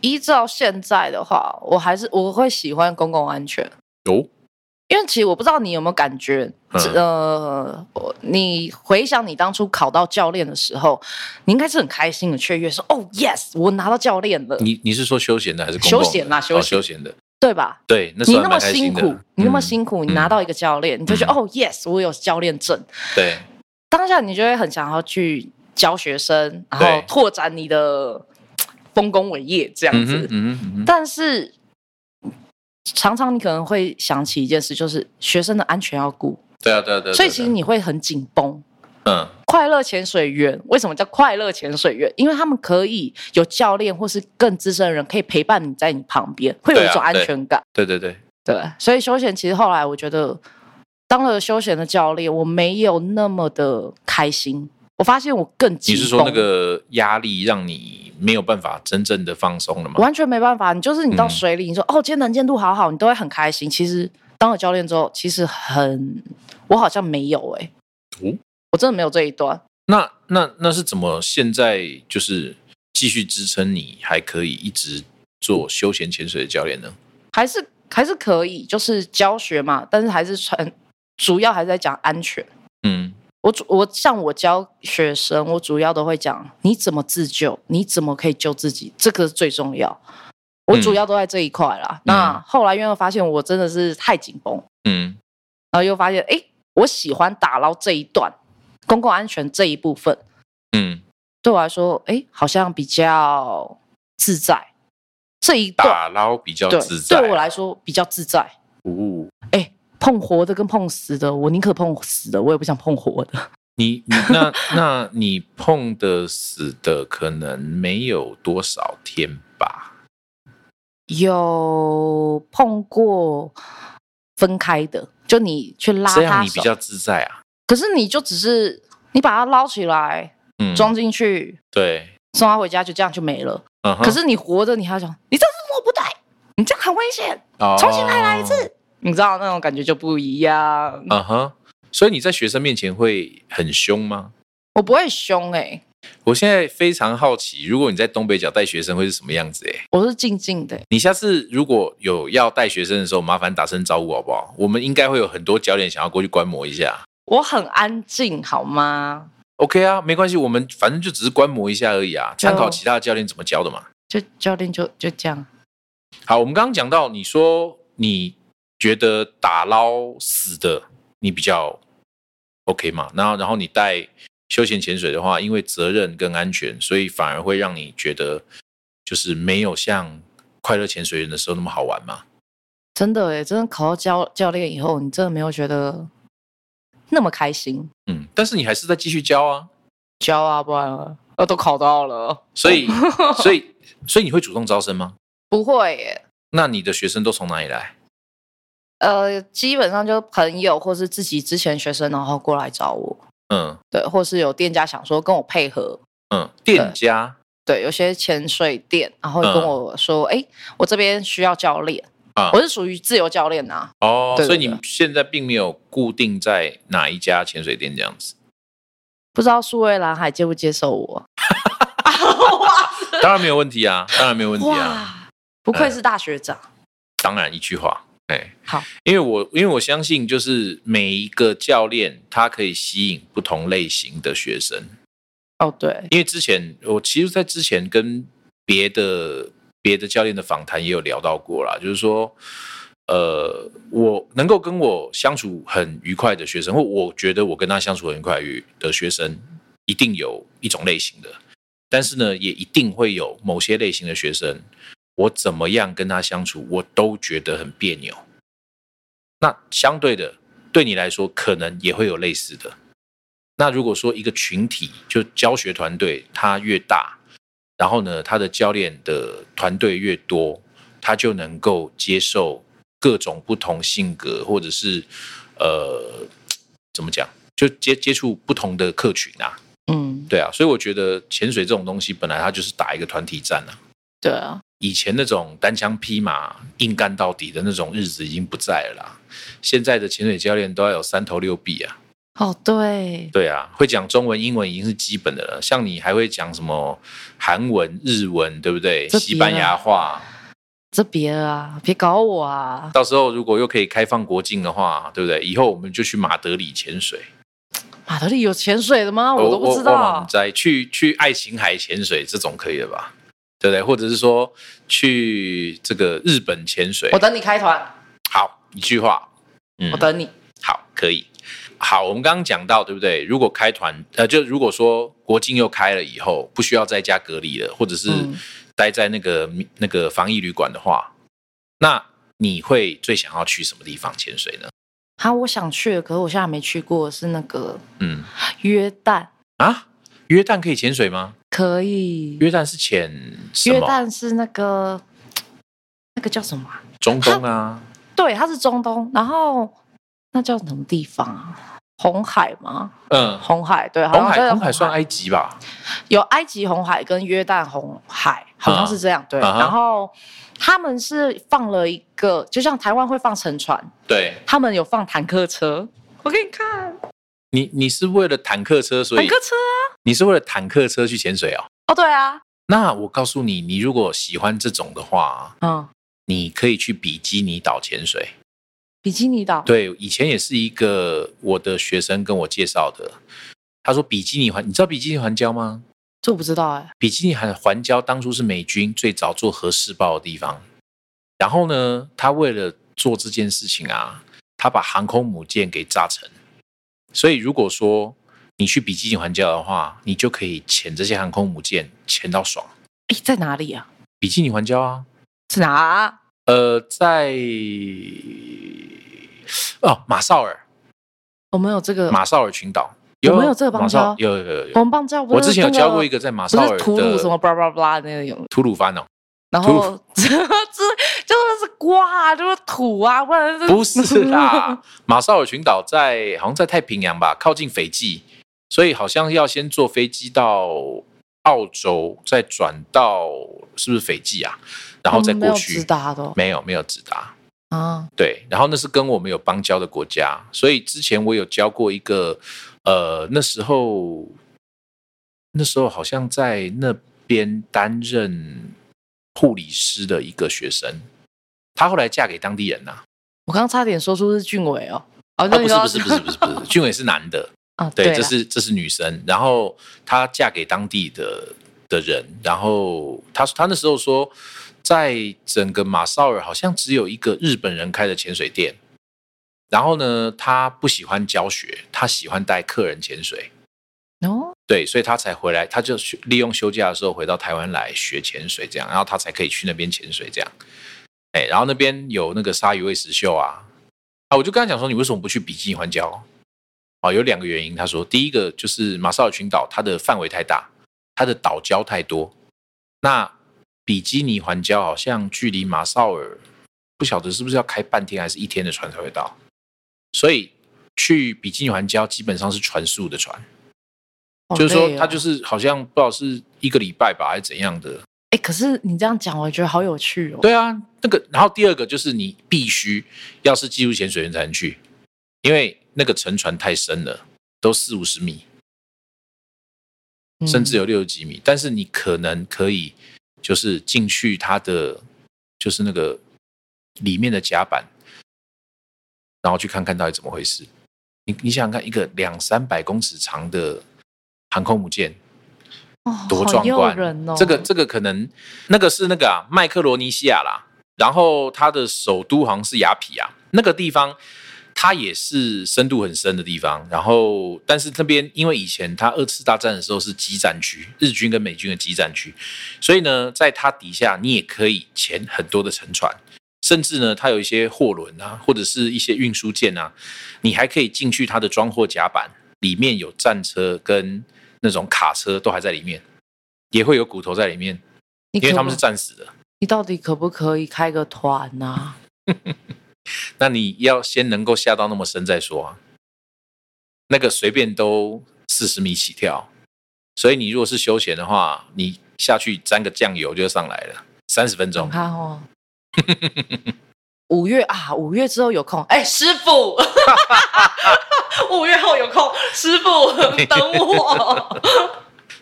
[SPEAKER 2] 依照现在的话，我还是我会喜欢公共安全，
[SPEAKER 1] 有、
[SPEAKER 2] 因为其实我不知道你有没有感觉，
[SPEAKER 1] 嗯
[SPEAKER 2] 呃，我你回想你当初考到教练的时候，你应该是很开心很雀跃，说哦 yes，我拿到教练了，
[SPEAKER 1] 你你是说休闲的还是公共的
[SPEAKER 2] 休闲啦
[SPEAKER 1] 哦
[SPEAKER 2] 休闲
[SPEAKER 1] 休闲的，
[SPEAKER 2] 对吧？
[SPEAKER 1] 对，那时
[SPEAKER 2] 你
[SPEAKER 1] 候
[SPEAKER 2] 那
[SPEAKER 1] 还蛮
[SPEAKER 2] 么
[SPEAKER 1] 开
[SPEAKER 2] 辛
[SPEAKER 1] 心的
[SPEAKER 2] 苦，你那么
[SPEAKER 1] 嗯
[SPEAKER 2] 辛苦，你
[SPEAKER 1] 嗯
[SPEAKER 2] 拿到一个教练，你就觉得、哦 yes，我有教练证，
[SPEAKER 1] 对，
[SPEAKER 2] 当下你就会很想要去教学生，然后
[SPEAKER 1] 对
[SPEAKER 2] 拓展你的丰功伟业这样
[SPEAKER 1] 嗯
[SPEAKER 2] 子。
[SPEAKER 1] 哼嗯哼嗯哼，
[SPEAKER 2] 但是常常你可能会想起一件事，就是学生的安全要顾，
[SPEAKER 1] 对啊对啊对啊，
[SPEAKER 2] 所以
[SPEAKER 1] 对啊
[SPEAKER 2] 其实你会很紧绷。
[SPEAKER 1] 嗯
[SPEAKER 2] 快乐潜水员为什么叫快乐潜水员？因为他们可以有教练或是更资深的人可以陪伴你在你旁边，会有
[SPEAKER 1] 对
[SPEAKER 2] 一
[SPEAKER 1] 啊
[SPEAKER 2] 种安
[SPEAKER 1] 对
[SPEAKER 2] 全感。
[SPEAKER 1] 对对对，
[SPEAKER 2] 对，所以休闲其实后来我觉得，当了休闲的教练，我没有那么的开心，我发现我更紧
[SPEAKER 1] 你
[SPEAKER 2] 绷。
[SPEAKER 1] 是说那个压力让你没有办法真正的放松了吗？
[SPEAKER 2] 完全没办法，你就是你到
[SPEAKER 1] 嗯
[SPEAKER 2] 水里，你说哦，今天能见度好好，你都会很开心。其实当了教练之后，其实很，我好像没有哎、
[SPEAKER 1] 哦
[SPEAKER 2] 我真的没有这一段。
[SPEAKER 1] 那那那是怎么现在就是继续支撑你还可以一直做休闲潜水的教练呢？
[SPEAKER 2] 还是还是可以，就是教学嘛，但是还是传，主要还是在讲安全。
[SPEAKER 1] 嗯，
[SPEAKER 2] 我主我像我教学生，我主要都会讲你怎么自救，你怎么可以救自己，这个是最重要。我
[SPEAKER 1] 嗯
[SPEAKER 2] 主要都在这一块啦。那后来因为发现我真的是太紧绷，
[SPEAKER 1] 嗯
[SPEAKER 2] 然后又发现哎，诶我喜欢打捞这一段公共安全这一部分，
[SPEAKER 1] 嗯，
[SPEAKER 2] 对我来说，哎，好像比较自在。这一段
[SPEAKER 1] 打捞比较
[SPEAKER 2] 对
[SPEAKER 1] 自在。啊
[SPEAKER 2] 对我来说比较自在。
[SPEAKER 1] 哦，
[SPEAKER 2] 哎，碰活的跟碰死的，我宁可碰死的，我也不想碰活的。
[SPEAKER 1] 你你那那你碰的死的可能没有多少天吧？
[SPEAKER 2] 有碰过分开的，就你去拉
[SPEAKER 1] 这
[SPEAKER 2] 他
[SPEAKER 1] 样你
[SPEAKER 2] 手
[SPEAKER 1] 比，较自在啊。
[SPEAKER 2] 可是你就只是你把它捞起来
[SPEAKER 1] 嗯，
[SPEAKER 2] 装进去，
[SPEAKER 1] 对，
[SPEAKER 2] 送他回家，就这样就没了。
[SPEAKER 1] 嗯哼，
[SPEAKER 2] 可是你活着，你还要想，你这是做不对，你这样很危险，重新来来一次
[SPEAKER 1] 哦。
[SPEAKER 2] 你知道那种感觉就不一样。
[SPEAKER 1] 嗯哼，所以你在学生面前会很凶吗？
[SPEAKER 2] 我不会凶哎、
[SPEAKER 1] 我现在非常好奇，如果你在东北角带学生会是什么样子、欸？
[SPEAKER 2] 我是静静的欸、
[SPEAKER 1] 你下次如果有要带学生的时候，麻烦打声招呼好不好？我们应该会有很多教练想要过去观摩一下。
[SPEAKER 2] 我很安静好吗？
[SPEAKER 1] OK 啊，没关系，我们反正就只是观摩一下而已啊，
[SPEAKER 2] 就
[SPEAKER 1] 参考其他教练怎么教的嘛。
[SPEAKER 2] 就教练就就这样，
[SPEAKER 1] 好，我们刚刚讲到，你说你觉得打捞死的你比较 OK 嘛？然后，然后你带休闲潜水的话，因为责任跟安全，所以反而会让你觉得就是没有像快乐潜水员的时候那么好玩嘛？
[SPEAKER 2] 真的哎、真的考到教教练以后，你真的没有觉得那么开心。
[SPEAKER 1] 嗯，但是你还是在继续教啊，
[SPEAKER 2] 教啊，不然了呃都考到了，
[SPEAKER 1] 所以，
[SPEAKER 2] 哦 [LAUGHS]
[SPEAKER 1] 所以，所以你会主动招生吗？
[SPEAKER 2] 不会耶。
[SPEAKER 1] 那你的学生都从哪里来？
[SPEAKER 2] 呃，基本上就朋友或是自己之前学生，然后过来找我，
[SPEAKER 1] 嗯
[SPEAKER 2] 对，或是有店家想说跟我配合，
[SPEAKER 1] 嗯，店家
[SPEAKER 2] 对，有些潜水店，然后跟
[SPEAKER 1] 嗯
[SPEAKER 2] 我说，哎、我这边需要教练，
[SPEAKER 1] 啊
[SPEAKER 2] 我是属于自由教练啊，
[SPEAKER 1] 哦，
[SPEAKER 2] 对对
[SPEAKER 1] 所以你
[SPEAKER 2] 对
[SPEAKER 1] 现在并没有固定在哪一家潜水店这样子。
[SPEAKER 2] 不知道苏蔚蓝海接不接受我？
[SPEAKER 1] 当然没有问题啊，当然没有问题啊，，
[SPEAKER 2] 不愧是大学长，
[SPEAKER 1] 当然一句话，哎，
[SPEAKER 2] 好，
[SPEAKER 1] 因为我因为我相信，就是每一个教练他可以吸引不同类型的学生，
[SPEAKER 2] 哦对，
[SPEAKER 1] 因为之前我其实，在之前跟别的别的教练的访谈也有聊到过啦，就是说，呃，我能够跟我相处很愉快的学生，或我觉得我跟他相处很愉快的学生，一定有一种类型的，但是呢，也一定会有某些类型的学生，我怎么样跟他相处，我都觉得很别扭。那相对的，对你来说，可能也会有类似的。那如果说一个群体就教学团队它越大，然后呢，他的教练的团队越多，他就能够接受各种不同性格，或者是呃，怎么讲，就接接触不同的客群啊，
[SPEAKER 2] 嗯，
[SPEAKER 1] 对啊，所以我觉得潜水这种东西本来它就是打一个团体战啊，
[SPEAKER 2] 对啊，
[SPEAKER 1] 以前那种单枪匹马硬干到底的那种日子已经不在了啦，现在的潜水教练都要有三头六臂啊，
[SPEAKER 2] 哦对，
[SPEAKER 1] 对啊，会讲中文、英文已经是基本的了。像你还会讲什么韩文、日文，对不对？
[SPEAKER 2] 这啊
[SPEAKER 1] 西班牙话。
[SPEAKER 2] 这别了啊，别搞我啊，
[SPEAKER 1] 到时候如果又可以开放国境的话，对不对？以后我们就去马德里潜水。
[SPEAKER 2] 马德里有潜水的吗？哦我都不知
[SPEAKER 1] 我
[SPEAKER 2] 道
[SPEAKER 1] 们。在去去爱琴海潜水这种可以了吧？对不对？或者是说去这个日本潜水
[SPEAKER 2] 我。等你开团，
[SPEAKER 1] 好，一句话。嗯
[SPEAKER 2] 我等你。
[SPEAKER 1] 好，可以。好，我们刚刚讲到，对不对？如果开团，呃，就如果说国境又开了以后，不需要在家隔离了，或者是
[SPEAKER 2] 嗯
[SPEAKER 1] 待在那个、那个防疫旅馆的话，那你会最想要去什么地方潜水呢？
[SPEAKER 2] 好，啊我想去的，可是我现在还没去过，是那个
[SPEAKER 1] 嗯
[SPEAKER 2] 约旦，
[SPEAKER 1] 啊，约旦可以潜水吗？
[SPEAKER 2] 可以。
[SPEAKER 1] 约旦是潜什
[SPEAKER 2] 约
[SPEAKER 1] 么？
[SPEAKER 2] 旦是那个那个叫什么啊？
[SPEAKER 1] 中东啊，
[SPEAKER 2] 对，它是中东，然后那叫什么地方啊？红海吗？
[SPEAKER 1] 嗯，
[SPEAKER 2] 红海对，好像
[SPEAKER 1] 红海
[SPEAKER 2] 真的
[SPEAKER 1] 红海算埃及吧？
[SPEAKER 2] 有埃及红海跟约旦红海，好像是这样、对。
[SPEAKER 1] 啊哈
[SPEAKER 2] 然后他们是放了一个，就像台湾会放沉船，
[SPEAKER 1] 对，
[SPEAKER 2] 他们有放坦克车。我给你看，
[SPEAKER 1] 你你是为了坦克车，所
[SPEAKER 2] 坦
[SPEAKER 1] 以
[SPEAKER 2] 克车啊！
[SPEAKER 1] 你是为了坦克车去潜水哦。
[SPEAKER 2] 哦，对啊，
[SPEAKER 1] 那我告诉你，你如果喜欢这种的话，
[SPEAKER 2] 嗯，
[SPEAKER 1] 你可以去比基尼岛潜水。
[SPEAKER 2] 比基尼岛，
[SPEAKER 1] 对，以前也是一个我的学生跟我介绍的，他说比基尼环，你知道比基尼环礁吗？
[SPEAKER 2] 这我不知道哎、
[SPEAKER 1] 比基尼环环礁当初是美军最早做核试爆的地方。然后呢，他为了做这件事情啊，他把航空母舰给炸沉。所以如果说你去比基尼环礁的话，你就可以潜这些航空母舰，潜到爽。
[SPEAKER 2] 诶在哪里啊？
[SPEAKER 1] 比基尼环礁啊，
[SPEAKER 2] 是哪？
[SPEAKER 1] 呃，在哦马绍尔，
[SPEAKER 2] 我们有这个
[SPEAKER 1] 马绍尔群岛
[SPEAKER 2] 有没有这个邦
[SPEAKER 1] 马绍
[SPEAKER 2] 交哦
[SPEAKER 1] 有有有有。
[SPEAKER 2] 红棒教，
[SPEAKER 1] 我之前有教过一个在马绍
[SPEAKER 2] 不
[SPEAKER 1] 尔
[SPEAKER 2] 是吐鲁
[SPEAKER 1] 的
[SPEAKER 2] 什么 blah blah blah 那个有，
[SPEAKER 1] 吐鲁番哦，
[SPEAKER 2] 然后这就是瓜啊，就是土啊，不然
[SPEAKER 1] 不是
[SPEAKER 2] [LAUGHS]
[SPEAKER 1] 啦，马绍尔群岛在好像在太平洋吧，靠近斐济，所以好像要先坐飞机到澳洲，再转到是不是斐济啊？然后再
[SPEAKER 2] 嗯我们没
[SPEAKER 1] 过
[SPEAKER 2] 有
[SPEAKER 1] 去
[SPEAKER 2] 直，达的哦
[SPEAKER 1] 没有没有直达，
[SPEAKER 2] 啊，
[SPEAKER 1] 对，然后那是跟我们有邦交的国家，所以之前我有教过一个，呃，那时候那时候好像在那边担任护理师的一个学生，她后来嫁给当地人呐、
[SPEAKER 2] 我刚刚差点说出是俊伟哦，哦，
[SPEAKER 1] 啊，
[SPEAKER 2] 那
[SPEAKER 1] 不
[SPEAKER 2] 你
[SPEAKER 1] 是
[SPEAKER 2] 说
[SPEAKER 1] 不是不是不是不是，俊伟是男的，
[SPEAKER 2] 啊，
[SPEAKER 1] 对，
[SPEAKER 2] 啦
[SPEAKER 1] 这是这是女生，然后她嫁给当地的的人，然后她她那时候说，在整个马绍尔好像只有一个日本人开的潜水店，然后呢，她不喜欢教学，她喜欢带客人潜水，
[SPEAKER 2] 哦，
[SPEAKER 1] 对，所以她才回来，她就去利用休假的时候回到台湾来学潜水，这样，然后她才可以去那边潜水这样，哎，然后那边有那个鲨鱼喂食秀啊，啊，我就跟她讲说，你为什么不去比基尼环礁？哦，有两个原因。他说，第一个就是马绍尔群岛它的范围太大，它的岛礁太多。那比基尼环礁好像距离马绍尔不晓得是不是要开半天还是一天的船才会到，所以去比基尼环礁基本上是船速的船，
[SPEAKER 2] 好
[SPEAKER 1] 就是
[SPEAKER 2] 累
[SPEAKER 1] 说
[SPEAKER 2] 哦
[SPEAKER 1] 它就是好像不知道是一个礼拜吧还是怎样的。
[SPEAKER 2] 哎，可是你这样讲，我觉得好有趣哦。
[SPEAKER 1] 对啊，那个然后第二个就是你必须要是技术潜水员才能去，因为那个沉船太深了，都四五十米。
[SPEAKER 2] 嗯，
[SPEAKER 1] 甚至有六十几米，但是你可能可以就是进去它的就是那个里面的甲板，然后去看看到底怎么回事。你你想想看，一个两三百公尺长的航空母舰
[SPEAKER 2] 哦
[SPEAKER 1] 多
[SPEAKER 2] 好
[SPEAKER 1] 壮
[SPEAKER 2] 诱
[SPEAKER 1] 观！
[SPEAKER 2] 人哦，
[SPEAKER 1] 这个这个可能那个是那个啊麦克罗尼西亚啦，然后它的首都好像是雅痞啊，那个地方它也是深度很深的地方。然后但是那边因为以前它二次大战的时候是激战区，日军跟美军的激战区，所以呢，在它底下你也可以潜很多的沉船。甚至呢，它有一些货轮啊，或者是一些运输舰啊，你还可以进去它的装货甲板，里面有战车跟那种卡车都还在里面，也会有骨头在里面，
[SPEAKER 2] 你
[SPEAKER 1] 因为
[SPEAKER 2] 可
[SPEAKER 1] 他们
[SPEAKER 2] 不
[SPEAKER 1] 是战死的。
[SPEAKER 2] 你到底可不可以开个团啊呐？
[SPEAKER 1] 那你要先能够下到那么深再说啊。那个随便都四十米起跳，所以你如果是休闲的话，你下去沾个酱油就上来了，三十分钟
[SPEAKER 2] 你。看哦， [LAUGHS] 五月啊，五月之后有空，哎，师傅，五月后有空，
[SPEAKER 1] [LAUGHS]
[SPEAKER 2] 师傅等我。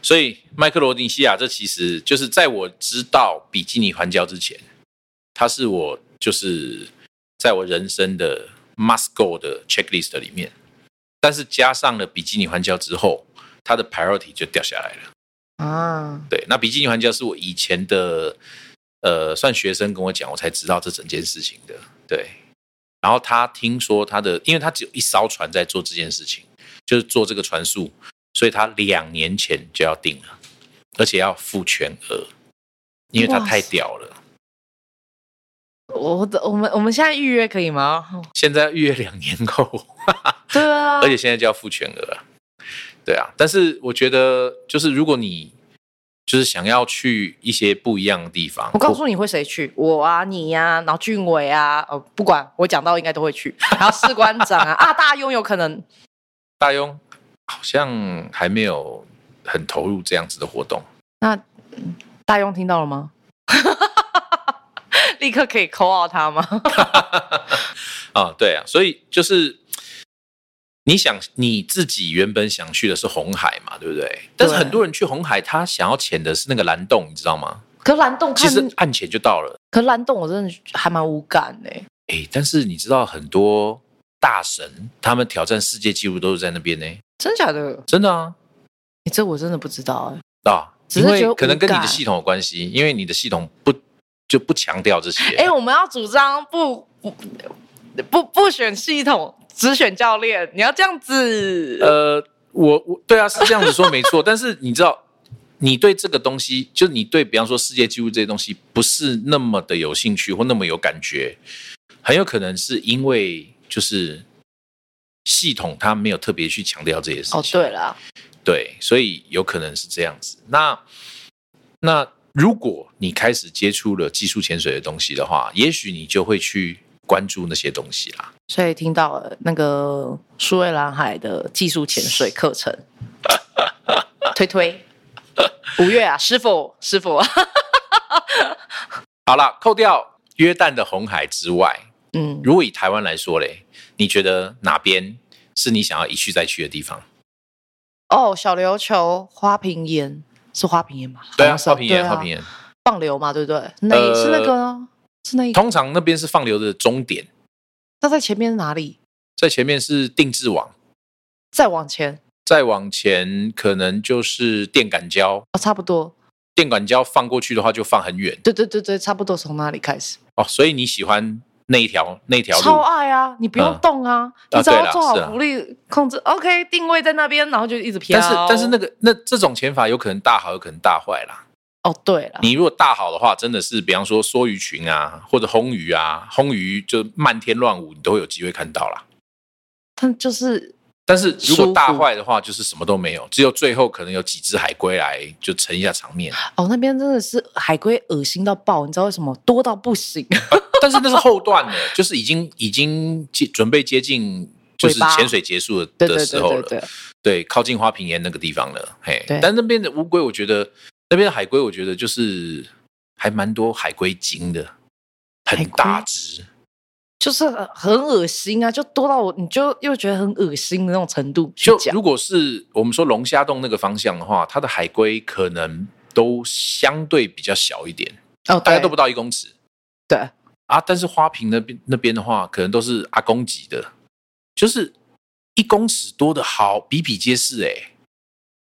[SPEAKER 1] 所以麦克罗尼西亚这其实就是在我知道比基尼环礁之前，它是我就是在我人生的 must go 的 checklist 里面，但是加上了比基尼环礁之后，它的 priority 就掉下来了。
[SPEAKER 2] 啊，
[SPEAKER 1] 对，那比基尼环礁是我以前的呃，算学生跟我讲，我才知道这整件事情的。对，然后他听说他的，因为他只有一艘船在做这件事情，就是做这个船速，所以他两年前就要定了，而且要付全额，因为他
[SPEAKER 2] 哇
[SPEAKER 1] 太屌了。
[SPEAKER 2] 我的我们我们现在预约可以吗？
[SPEAKER 1] 现在预约两年后，
[SPEAKER 2] 对啊，
[SPEAKER 1] 而且现在就要付全额啊。对啊，但是我觉得就是如果你就是想要去一些不一样的地方，
[SPEAKER 2] 我告诉你会谁去，我啊，你呀、然后俊
[SPEAKER 1] [LAUGHS]
[SPEAKER 2] 哦伟啊，呃，不管我讲到应该都会去，然后士官长啊，啊，大庸有可能
[SPEAKER 1] 大庸好像还没有很投入这样子的活动。
[SPEAKER 2] 那嗯大庸听到了吗？ [LAUGHS] 立刻可以扣到他吗？
[SPEAKER 1] 啊，对啊，所以就是你想你自己原本想去的是红海嘛，对不对？但是很多人去红海，他想要潜的是那个蓝洞，你知道吗？
[SPEAKER 2] 可蓝洞
[SPEAKER 1] 其
[SPEAKER 2] 看，
[SPEAKER 1] 实岸潜就到了，
[SPEAKER 2] 可蓝洞我真的还蛮无感欸的、
[SPEAKER 1] 哎，但是你知道很多大神他们挑战世界纪录都是在那边呢，
[SPEAKER 2] 真假的？
[SPEAKER 1] 真的啊
[SPEAKER 2] 你这我真的不知道哎、
[SPEAKER 1] 啊，
[SPEAKER 2] 只
[SPEAKER 1] 因
[SPEAKER 2] 是觉得
[SPEAKER 1] 为可能跟你
[SPEAKER 2] 无
[SPEAKER 1] 的
[SPEAKER 2] 感
[SPEAKER 1] 系统有关系，因为你的系统不就不强调这些。
[SPEAKER 2] 哎、我们要主张不不不不选系统，只选教练。你要这样子，
[SPEAKER 1] 呃，我我对啊，是这样子说没错，但是你知道，你对这个东西，就你对比方说世界纪录这些东西，不是那么的有兴趣或那么有感觉，很有可能是因为就是系统它没有特别去强调这些事
[SPEAKER 2] 哦，
[SPEAKER 1] 情，
[SPEAKER 2] 对了，
[SPEAKER 1] 对，所以有可能是这样子。那那如果你开始接触了技术潜水的东西的话，也许你就会去关注那些东西啦。
[SPEAKER 2] 所以听到了那个苏瑞蓝海的技术潜水
[SPEAKER 1] [LAUGHS]
[SPEAKER 2] 课程，推推。五月啊，师傅，
[SPEAKER 1] [LAUGHS]
[SPEAKER 2] 师傅，
[SPEAKER 1] 好啦，扣掉约旦的红海之外，
[SPEAKER 2] 嗯，
[SPEAKER 1] 如果以台湾来说嘞，你觉得哪边是你想要一去再去的地方？
[SPEAKER 2] 哦，小琉球花瓶岩是花瓶岩吧？
[SPEAKER 1] 对
[SPEAKER 2] 好
[SPEAKER 1] 啊，
[SPEAKER 2] 像是
[SPEAKER 1] 花瓶岩，
[SPEAKER 2] 对啊
[SPEAKER 1] 花瓶岩，
[SPEAKER 2] 放流嘛，对不对？那、
[SPEAKER 1] 呃
[SPEAKER 2] 是那个啊是那一个，
[SPEAKER 1] 通常那边是放流的终点，
[SPEAKER 2] 那在前面是哪里？
[SPEAKER 1] 在前面是定制网，
[SPEAKER 2] 再往前
[SPEAKER 1] 再往前可能就是电感胶，
[SPEAKER 2] 哦，差不多，
[SPEAKER 1] 电感胶放过去的话就放很远
[SPEAKER 2] 对对对对，差不多从哪里开始？
[SPEAKER 1] 哦，所以你喜欢那一条那一条
[SPEAKER 2] 超
[SPEAKER 1] 路。
[SPEAKER 2] 爱啊，你不用
[SPEAKER 1] 嗯
[SPEAKER 2] 动啊，
[SPEAKER 1] 啊
[SPEAKER 2] 你只
[SPEAKER 1] 对
[SPEAKER 2] 要
[SPEAKER 1] 啦
[SPEAKER 2] 做
[SPEAKER 1] 是啦
[SPEAKER 2] 好浮力控制、o k 定位在那边，然后就一直飘。
[SPEAKER 1] 但是但是那个那这种潜法有可能大好，有可能大坏啦。
[SPEAKER 2] 哦，对了，
[SPEAKER 1] 你如果大好的话，真的是比方说梭鱼群啊，或者红鱼啊，红鱼就漫天乱舞，你都会有机会看到啦。
[SPEAKER 2] 他就是
[SPEAKER 1] 但是如果大
[SPEAKER 2] 舒服
[SPEAKER 1] 坏的话，就是什么都没有，只有最后可能有几只海龟来就撑一下场面。 [LAUGHS]
[SPEAKER 2] 哦，那边真的是海龟恶心到爆，你知道为什么？多到不行。 [LAUGHS]
[SPEAKER 1] 但是那是后段了，就是已经已经接准备接近就是
[SPEAKER 2] 尾巴
[SPEAKER 1] 潜水结束的
[SPEAKER 2] 对
[SPEAKER 1] 的
[SPEAKER 2] 对
[SPEAKER 1] 时
[SPEAKER 2] 对
[SPEAKER 1] 候
[SPEAKER 2] 对
[SPEAKER 1] 了，
[SPEAKER 2] 对，
[SPEAKER 1] 对，靠近花瓶岩那个地方了。嘿
[SPEAKER 2] 对，
[SPEAKER 1] 但那边的乌龟，我觉得那边的海龟，我觉得就是还蛮多海龟精的，
[SPEAKER 2] 海
[SPEAKER 1] 很
[SPEAKER 2] 龟
[SPEAKER 1] 大只。
[SPEAKER 2] 就是很恶心啊，就多到我你就又觉得很恶心的那种程度去
[SPEAKER 1] 就
[SPEAKER 2] 讲。
[SPEAKER 1] 如果是我们说龙虾洞那个方向的话，它的海龟可能都相对比较小一点，
[SPEAKER 2] 哦，
[SPEAKER 1] 大概
[SPEAKER 2] 对
[SPEAKER 1] 都不到一公尺。
[SPEAKER 2] 对，
[SPEAKER 1] 啊，但是花瓶那边那边的话，可能都是阿公级的，就是一公尺多的好比比皆是哎、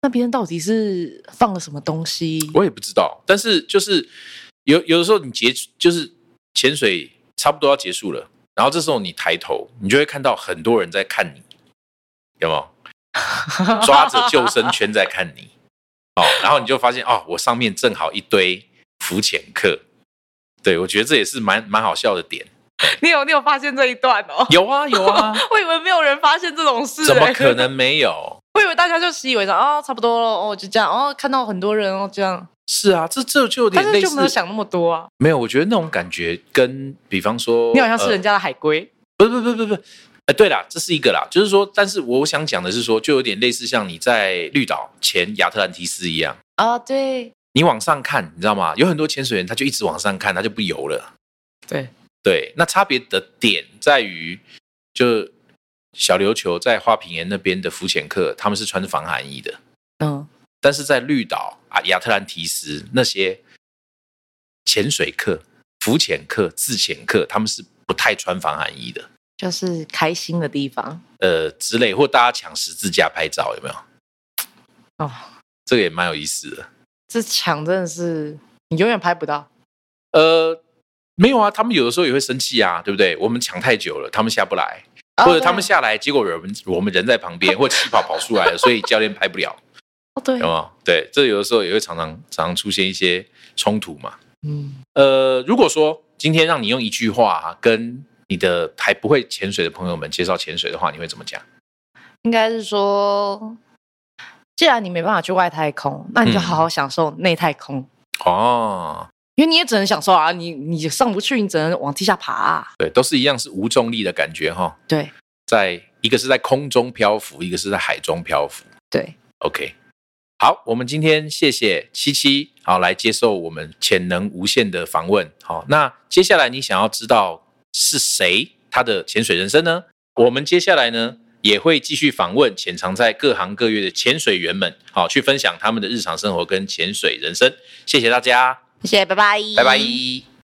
[SPEAKER 2] 那边到底是放了什么东西？
[SPEAKER 1] 我也不知道，但是就是有有的时候你结就是潜水差不多要结束了，然后这时候你抬头，你就会看到很多人在看你，有没有？抓着救生圈在看你，哦，然后你就发现哦，我上面正好一堆浮潜客，对我觉得这也是蛮蛮好笑的点。
[SPEAKER 2] 你有你有发现这一段哦？
[SPEAKER 1] 有啊有啊，
[SPEAKER 2] 我以为没有人发现这种事、
[SPEAKER 1] 怎么
[SPEAKER 2] 欸
[SPEAKER 1] 可？能没有？
[SPEAKER 2] 我以为大家就习以为常，哦，差不多了，哦，就这样，哦，看到很多人，哦，这样，
[SPEAKER 1] 是啊，这这就有
[SPEAKER 2] 但
[SPEAKER 1] 点
[SPEAKER 2] 是
[SPEAKER 1] 类
[SPEAKER 2] 就
[SPEAKER 1] 似，
[SPEAKER 2] 没有想那么多啊。
[SPEAKER 1] 没有我觉得那种感觉跟，比方说，
[SPEAKER 2] 你好像是
[SPEAKER 1] 呃
[SPEAKER 2] 人家的海龟，
[SPEAKER 1] 不不不不不，呃，对啦，这是一个啦，就是说，但是我想讲的是说，就有点类似像你在绿岛前亚特兰提斯一样，
[SPEAKER 2] 啊，对
[SPEAKER 1] 你往上看，你知道吗？有很多潜水员他就一直往上看，他就不游了。
[SPEAKER 2] 对，
[SPEAKER 1] 对，那差别的点在于，就小琉球在花瓶岩那边的浮潜客，他们是穿防寒衣的，
[SPEAKER 2] 嗯，
[SPEAKER 1] 但是在绿岛啊亚特兰提斯那些潜水客、浮潜客、自潜客，他们是不太穿防寒衣的。
[SPEAKER 2] 就是开心的地方
[SPEAKER 1] 呃之类，或大家抢十字架拍照，有没有？
[SPEAKER 2] 哦。
[SPEAKER 1] 这个也蛮有意思的。
[SPEAKER 2] 这墙真的是你永远拍不到。
[SPEAKER 1] 呃，没有啊，他们有的时候也会生气啊，对不对？我们抢太久了，他们下不来，
[SPEAKER 2] 啊
[SPEAKER 1] 或者他
[SPEAKER 2] 对
[SPEAKER 1] 们下来，结果我们我们人在旁边，或气泡跑出来了，所以教练拍不了，
[SPEAKER 2] 哦，对
[SPEAKER 1] 有没，有？对，这有的时候也会常常常常出现一些冲突嘛。
[SPEAKER 2] 嗯，
[SPEAKER 1] 呃，如果说今天让你用一句话、啊跟你的还不会潜水的朋友们介绍潜水的话，你会怎么讲？
[SPEAKER 2] 应该是说，既然你没办法去外太空，那你就
[SPEAKER 1] 嗯
[SPEAKER 2] 好好享受内太空，
[SPEAKER 1] 哦，
[SPEAKER 2] 因为你也只能享受啊，你你上不去，你只能往地下爬、啊。
[SPEAKER 1] 对，都是一样是无重力的感觉哈、
[SPEAKER 2] 对，
[SPEAKER 1] 在一个是在空中漂浮，一个是在海中漂浮。
[SPEAKER 2] 对，
[SPEAKER 1] OK，好，我们今天谢谢七七，好来接受我们潜能无限的访问。好，那接下来你想要知道是谁他的潜水人生呢？我们接下来呢也会继续访问潜藏在各行各业的潜水员们，好去分享他们的日常生活跟潜水人生。谢谢大家，
[SPEAKER 2] 谢谢，拜拜，
[SPEAKER 1] 拜拜。